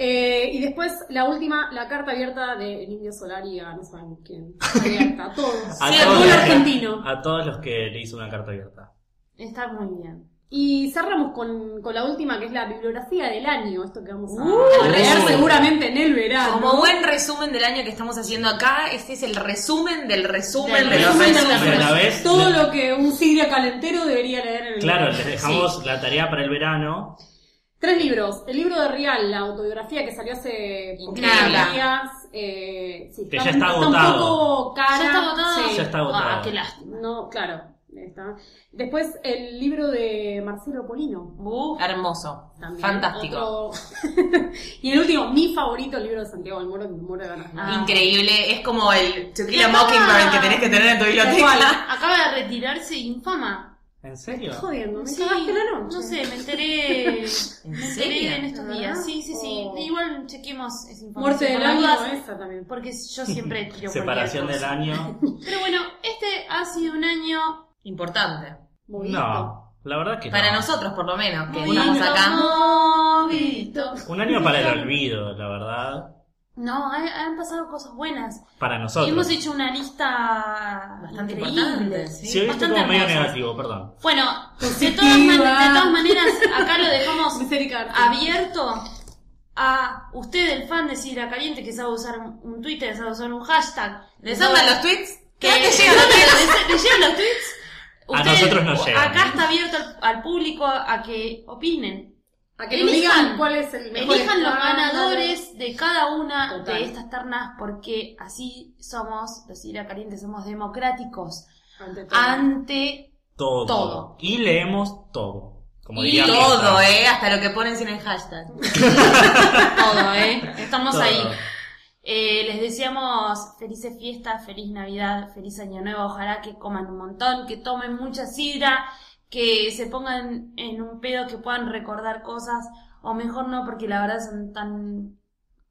[SPEAKER 7] Eh, y después la última, la carta abierta de el Indio Solari a no saben quién. Abierta a todos.
[SPEAKER 6] A
[SPEAKER 7] Sí,
[SPEAKER 6] todos
[SPEAKER 7] a todo
[SPEAKER 6] los
[SPEAKER 7] el
[SPEAKER 6] que-
[SPEAKER 7] argentino.
[SPEAKER 6] A todos los que le hizo una carta abierta.
[SPEAKER 4] Está muy bien.
[SPEAKER 7] Y cerramos con, con la última, que es la bibliografía del año. Esto que vamos a
[SPEAKER 4] Uh,
[SPEAKER 7] a leer
[SPEAKER 6] uh.
[SPEAKER 7] seguramente en el verano.
[SPEAKER 5] Como buen resumen del año que estamos haciendo acá, este es el resumen del resumen
[SPEAKER 4] Del
[SPEAKER 5] de los
[SPEAKER 7] Resumen de
[SPEAKER 5] resúmenes.
[SPEAKER 7] la
[SPEAKER 6] Pero a la vez-
[SPEAKER 7] todo lo que un siglo calentero debería leer en el
[SPEAKER 6] Claro,
[SPEAKER 7] verano.
[SPEAKER 6] les dejamos la tarea para el verano.
[SPEAKER 7] Tres libros. El libro de Rial, la autobiografía que salió hace
[SPEAKER 5] Increíble.
[SPEAKER 7] poquitos días. Eh, sí,
[SPEAKER 6] Que ya está
[SPEAKER 7] un
[SPEAKER 6] agotado.
[SPEAKER 7] poco cara.
[SPEAKER 4] ¿Ya está agotado?
[SPEAKER 7] Sí.
[SPEAKER 6] Ya está agotado.
[SPEAKER 4] Ah, qué lástima.
[SPEAKER 7] No, claro. está. Después el libro de Marcelo Polino.
[SPEAKER 4] Uh,
[SPEAKER 5] Hermoso.
[SPEAKER 7] También.
[SPEAKER 5] Fantástico.
[SPEAKER 7] Otro- y el último, mi favorito, el libro de Santiago del Moro, que me muero de ganas. de leer.
[SPEAKER 4] Ah.
[SPEAKER 5] Increíble. Es como el To Kill a
[SPEAKER 4] Ah.
[SPEAKER 5] Mockingbird que tenés que tener en tu
[SPEAKER 7] Tal cual.
[SPEAKER 5] biblioteca.
[SPEAKER 4] Acaba de retirarse infama.
[SPEAKER 6] ¿En serio?
[SPEAKER 7] Jodiendo, me
[SPEAKER 4] Sí,
[SPEAKER 7] cagaste la noche.
[SPEAKER 4] no sé, me enteré, me
[SPEAKER 5] serio?
[SPEAKER 4] enteré en estos
[SPEAKER 7] ¿De verdad?
[SPEAKER 4] días. Sí, sí, sí.
[SPEAKER 7] Oh.
[SPEAKER 4] Igual chequemos esa información.
[SPEAKER 7] Muerte del
[SPEAKER 4] por las
[SPEAKER 7] año, ¿eh?
[SPEAKER 4] dudas,
[SPEAKER 7] esa también.
[SPEAKER 4] Porque yo siempre tiro cualquier
[SPEAKER 6] Separación del
[SPEAKER 4] cosa.
[SPEAKER 6] año.
[SPEAKER 4] Pero bueno, este ha sido un año
[SPEAKER 5] Importante.
[SPEAKER 7] Movidito.
[SPEAKER 6] No, la verdad que
[SPEAKER 5] Para
[SPEAKER 6] no.
[SPEAKER 5] nosotros, por lo menos, que
[SPEAKER 4] muy
[SPEAKER 5] estamos
[SPEAKER 4] lindo,
[SPEAKER 5] acá.
[SPEAKER 4] movidito.
[SPEAKER 6] Un año para el olvido, la verdad.
[SPEAKER 4] No, han, han pasado cosas buenas.
[SPEAKER 6] Para nosotros.
[SPEAKER 4] Y hemos hecho una lista
[SPEAKER 5] Bastante
[SPEAKER 4] increíble.
[SPEAKER 5] importante, sí.
[SPEAKER 6] Sí, hoy estoy
[SPEAKER 4] bastante
[SPEAKER 6] como medio
[SPEAKER 4] hermosas.
[SPEAKER 6] negativo, perdón.
[SPEAKER 4] Bueno, de
[SPEAKER 7] Positiva.
[SPEAKER 4] todas, man- de todas maneras, acá lo dejamos
[SPEAKER 7] Misericordia.
[SPEAKER 4] Ah, abierto a usted, el fan de Sidra Caliente, que sabe usar un un Twitter, sabe usar un hashtag.
[SPEAKER 5] ¿Les
[SPEAKER 4] sabe-
[SPEAKER 5] andan los tweets?
[SPEAKER 4] Que
[SPEAKER 5] ¿Qué?
[SPEAKER 4] ¿Te llegan, ¿Te llegan los tweets?
[SPEAKER 6] A
[SPEAKER 4] Ustedes-
[SPEAKER 6] nosotros nos llegan.
[SPEAKER 4] Acá está abierto al, al público a que opinen.
[SPEAKER 7] A que nos
[SPEAKER 4] Elijan-
[SPEAKER 7] digan cuál es el mejor.
[SPEAKER 4] Elijan los
[SPEAKER 7] escándalo.
[SPEAKER 4] ganadores de cada una
[SPEAKER 7] Total.
[SPEAKER 4] de estas ternas porque así somos, los Ira Calientes, somos democráticos
[SPEAKER 7] Ante todo.
[SPEAKER 4] ante
[SPEAKER 6] Todo.
[SPEAKER 4] Todo.
[SPEAKER 6] Y leemos todo. Como
[SPEAKER 5] Y
[SPEAKER 6] diría
[SPEAKER 5] todo,
[SPEAKER 6] Costa.
[SPEAKER 5] ¿eh? Hasta lo que ponen sin el hashtag.
[SPEAKER 4] todo, ¿eh? Estamos
[SPEAKER 6] Todo.
[SPEAKER 4] ahí. Eh, les deseamos felices fiestas, feliz Navidad, feliz Año Nuevo. Ojalá que coman un montón, que tomen mucha sidra, que se pongan en un pedo, que puedan recordar cosas. O mejor no, porque la verdad son tan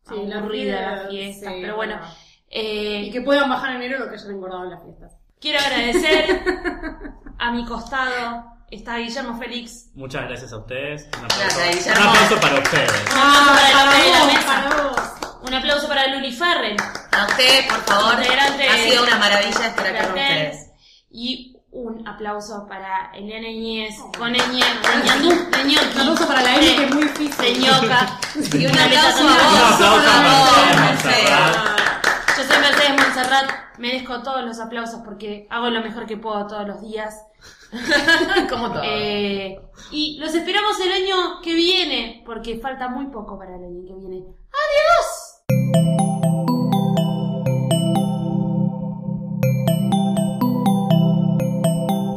[SPEAKER 7] Sí, la
[SPEAKER 4] aburridas
[SPEAKER 7] vida,
[SPEAKER 4] las fiestas.
[SPEAKER 7] sí,
[SPEAKER 4] Pero bueno,
[SPEAKER 7] verdad.
[SPEAKER 4] eh,
[SPEAKER 7] Y que puedan bajar en enero lo que hayan engordado en las fiestas.
[SPEAKER 4] quiero agradecer a mi costado. Está Guillermo Félix.
[SPEAKER 6] Muchas gracias a ustedes. Un
[SPEAKER 5] Gracias,
[SPEAKER 6] aplauso,
[SPEAKER 5] Guillermo.
[SPEAKER 6] Un aplauso para ustedes.
[SPEAKER 4] Un aplauso Ah, para el hombre de la
[SPEAKER 7] vos,
[SPEAKER 4] mesa.
[SPEAKER 7] Ah, para vos.
[SPEAKER 4] Un aplauso para Luli Farrell.
[SPEAKER 5] A ustedes, por favor.
[SPEAKER 4] Adelante.
[SPEAKER 5] Ha sido una maravilla estar acá con
[SPEAKER 4] Platel.
[SPEAKER 5] ustedes.
[SPEAKER 4] Y un aplauso para Eliana Iñez, con Eñe, de Ñandú, de Ñoqui.
[SPEAKER 7] Un aplauso para la Eli, que es muy difícil.
[SPEAKER 4] De Ñoca.
[SPEAKER 5] Y un aplauso
[SPEAKER 4] Un
[SPEAKER 5] a vos,
[SPEAKER 6] aplauso
[SPEAKER 5] por
[SPEAKER 6] a
[SPEAKER 5] favor,
[SPEAKER 6] Mercedes
[SPEAKER 5] Mercedes.
[SPEAKER 4] Yo soy Mercedes Montserrat, merezco todos los aplausos porque hago lo mejor que puedo todos los días.
[SPEAKER 5] Como todo.
[SPEAKER 4] Eh, y los esperamos el año que viene, porque falta muy poco para el año que viene. ¡Adiós!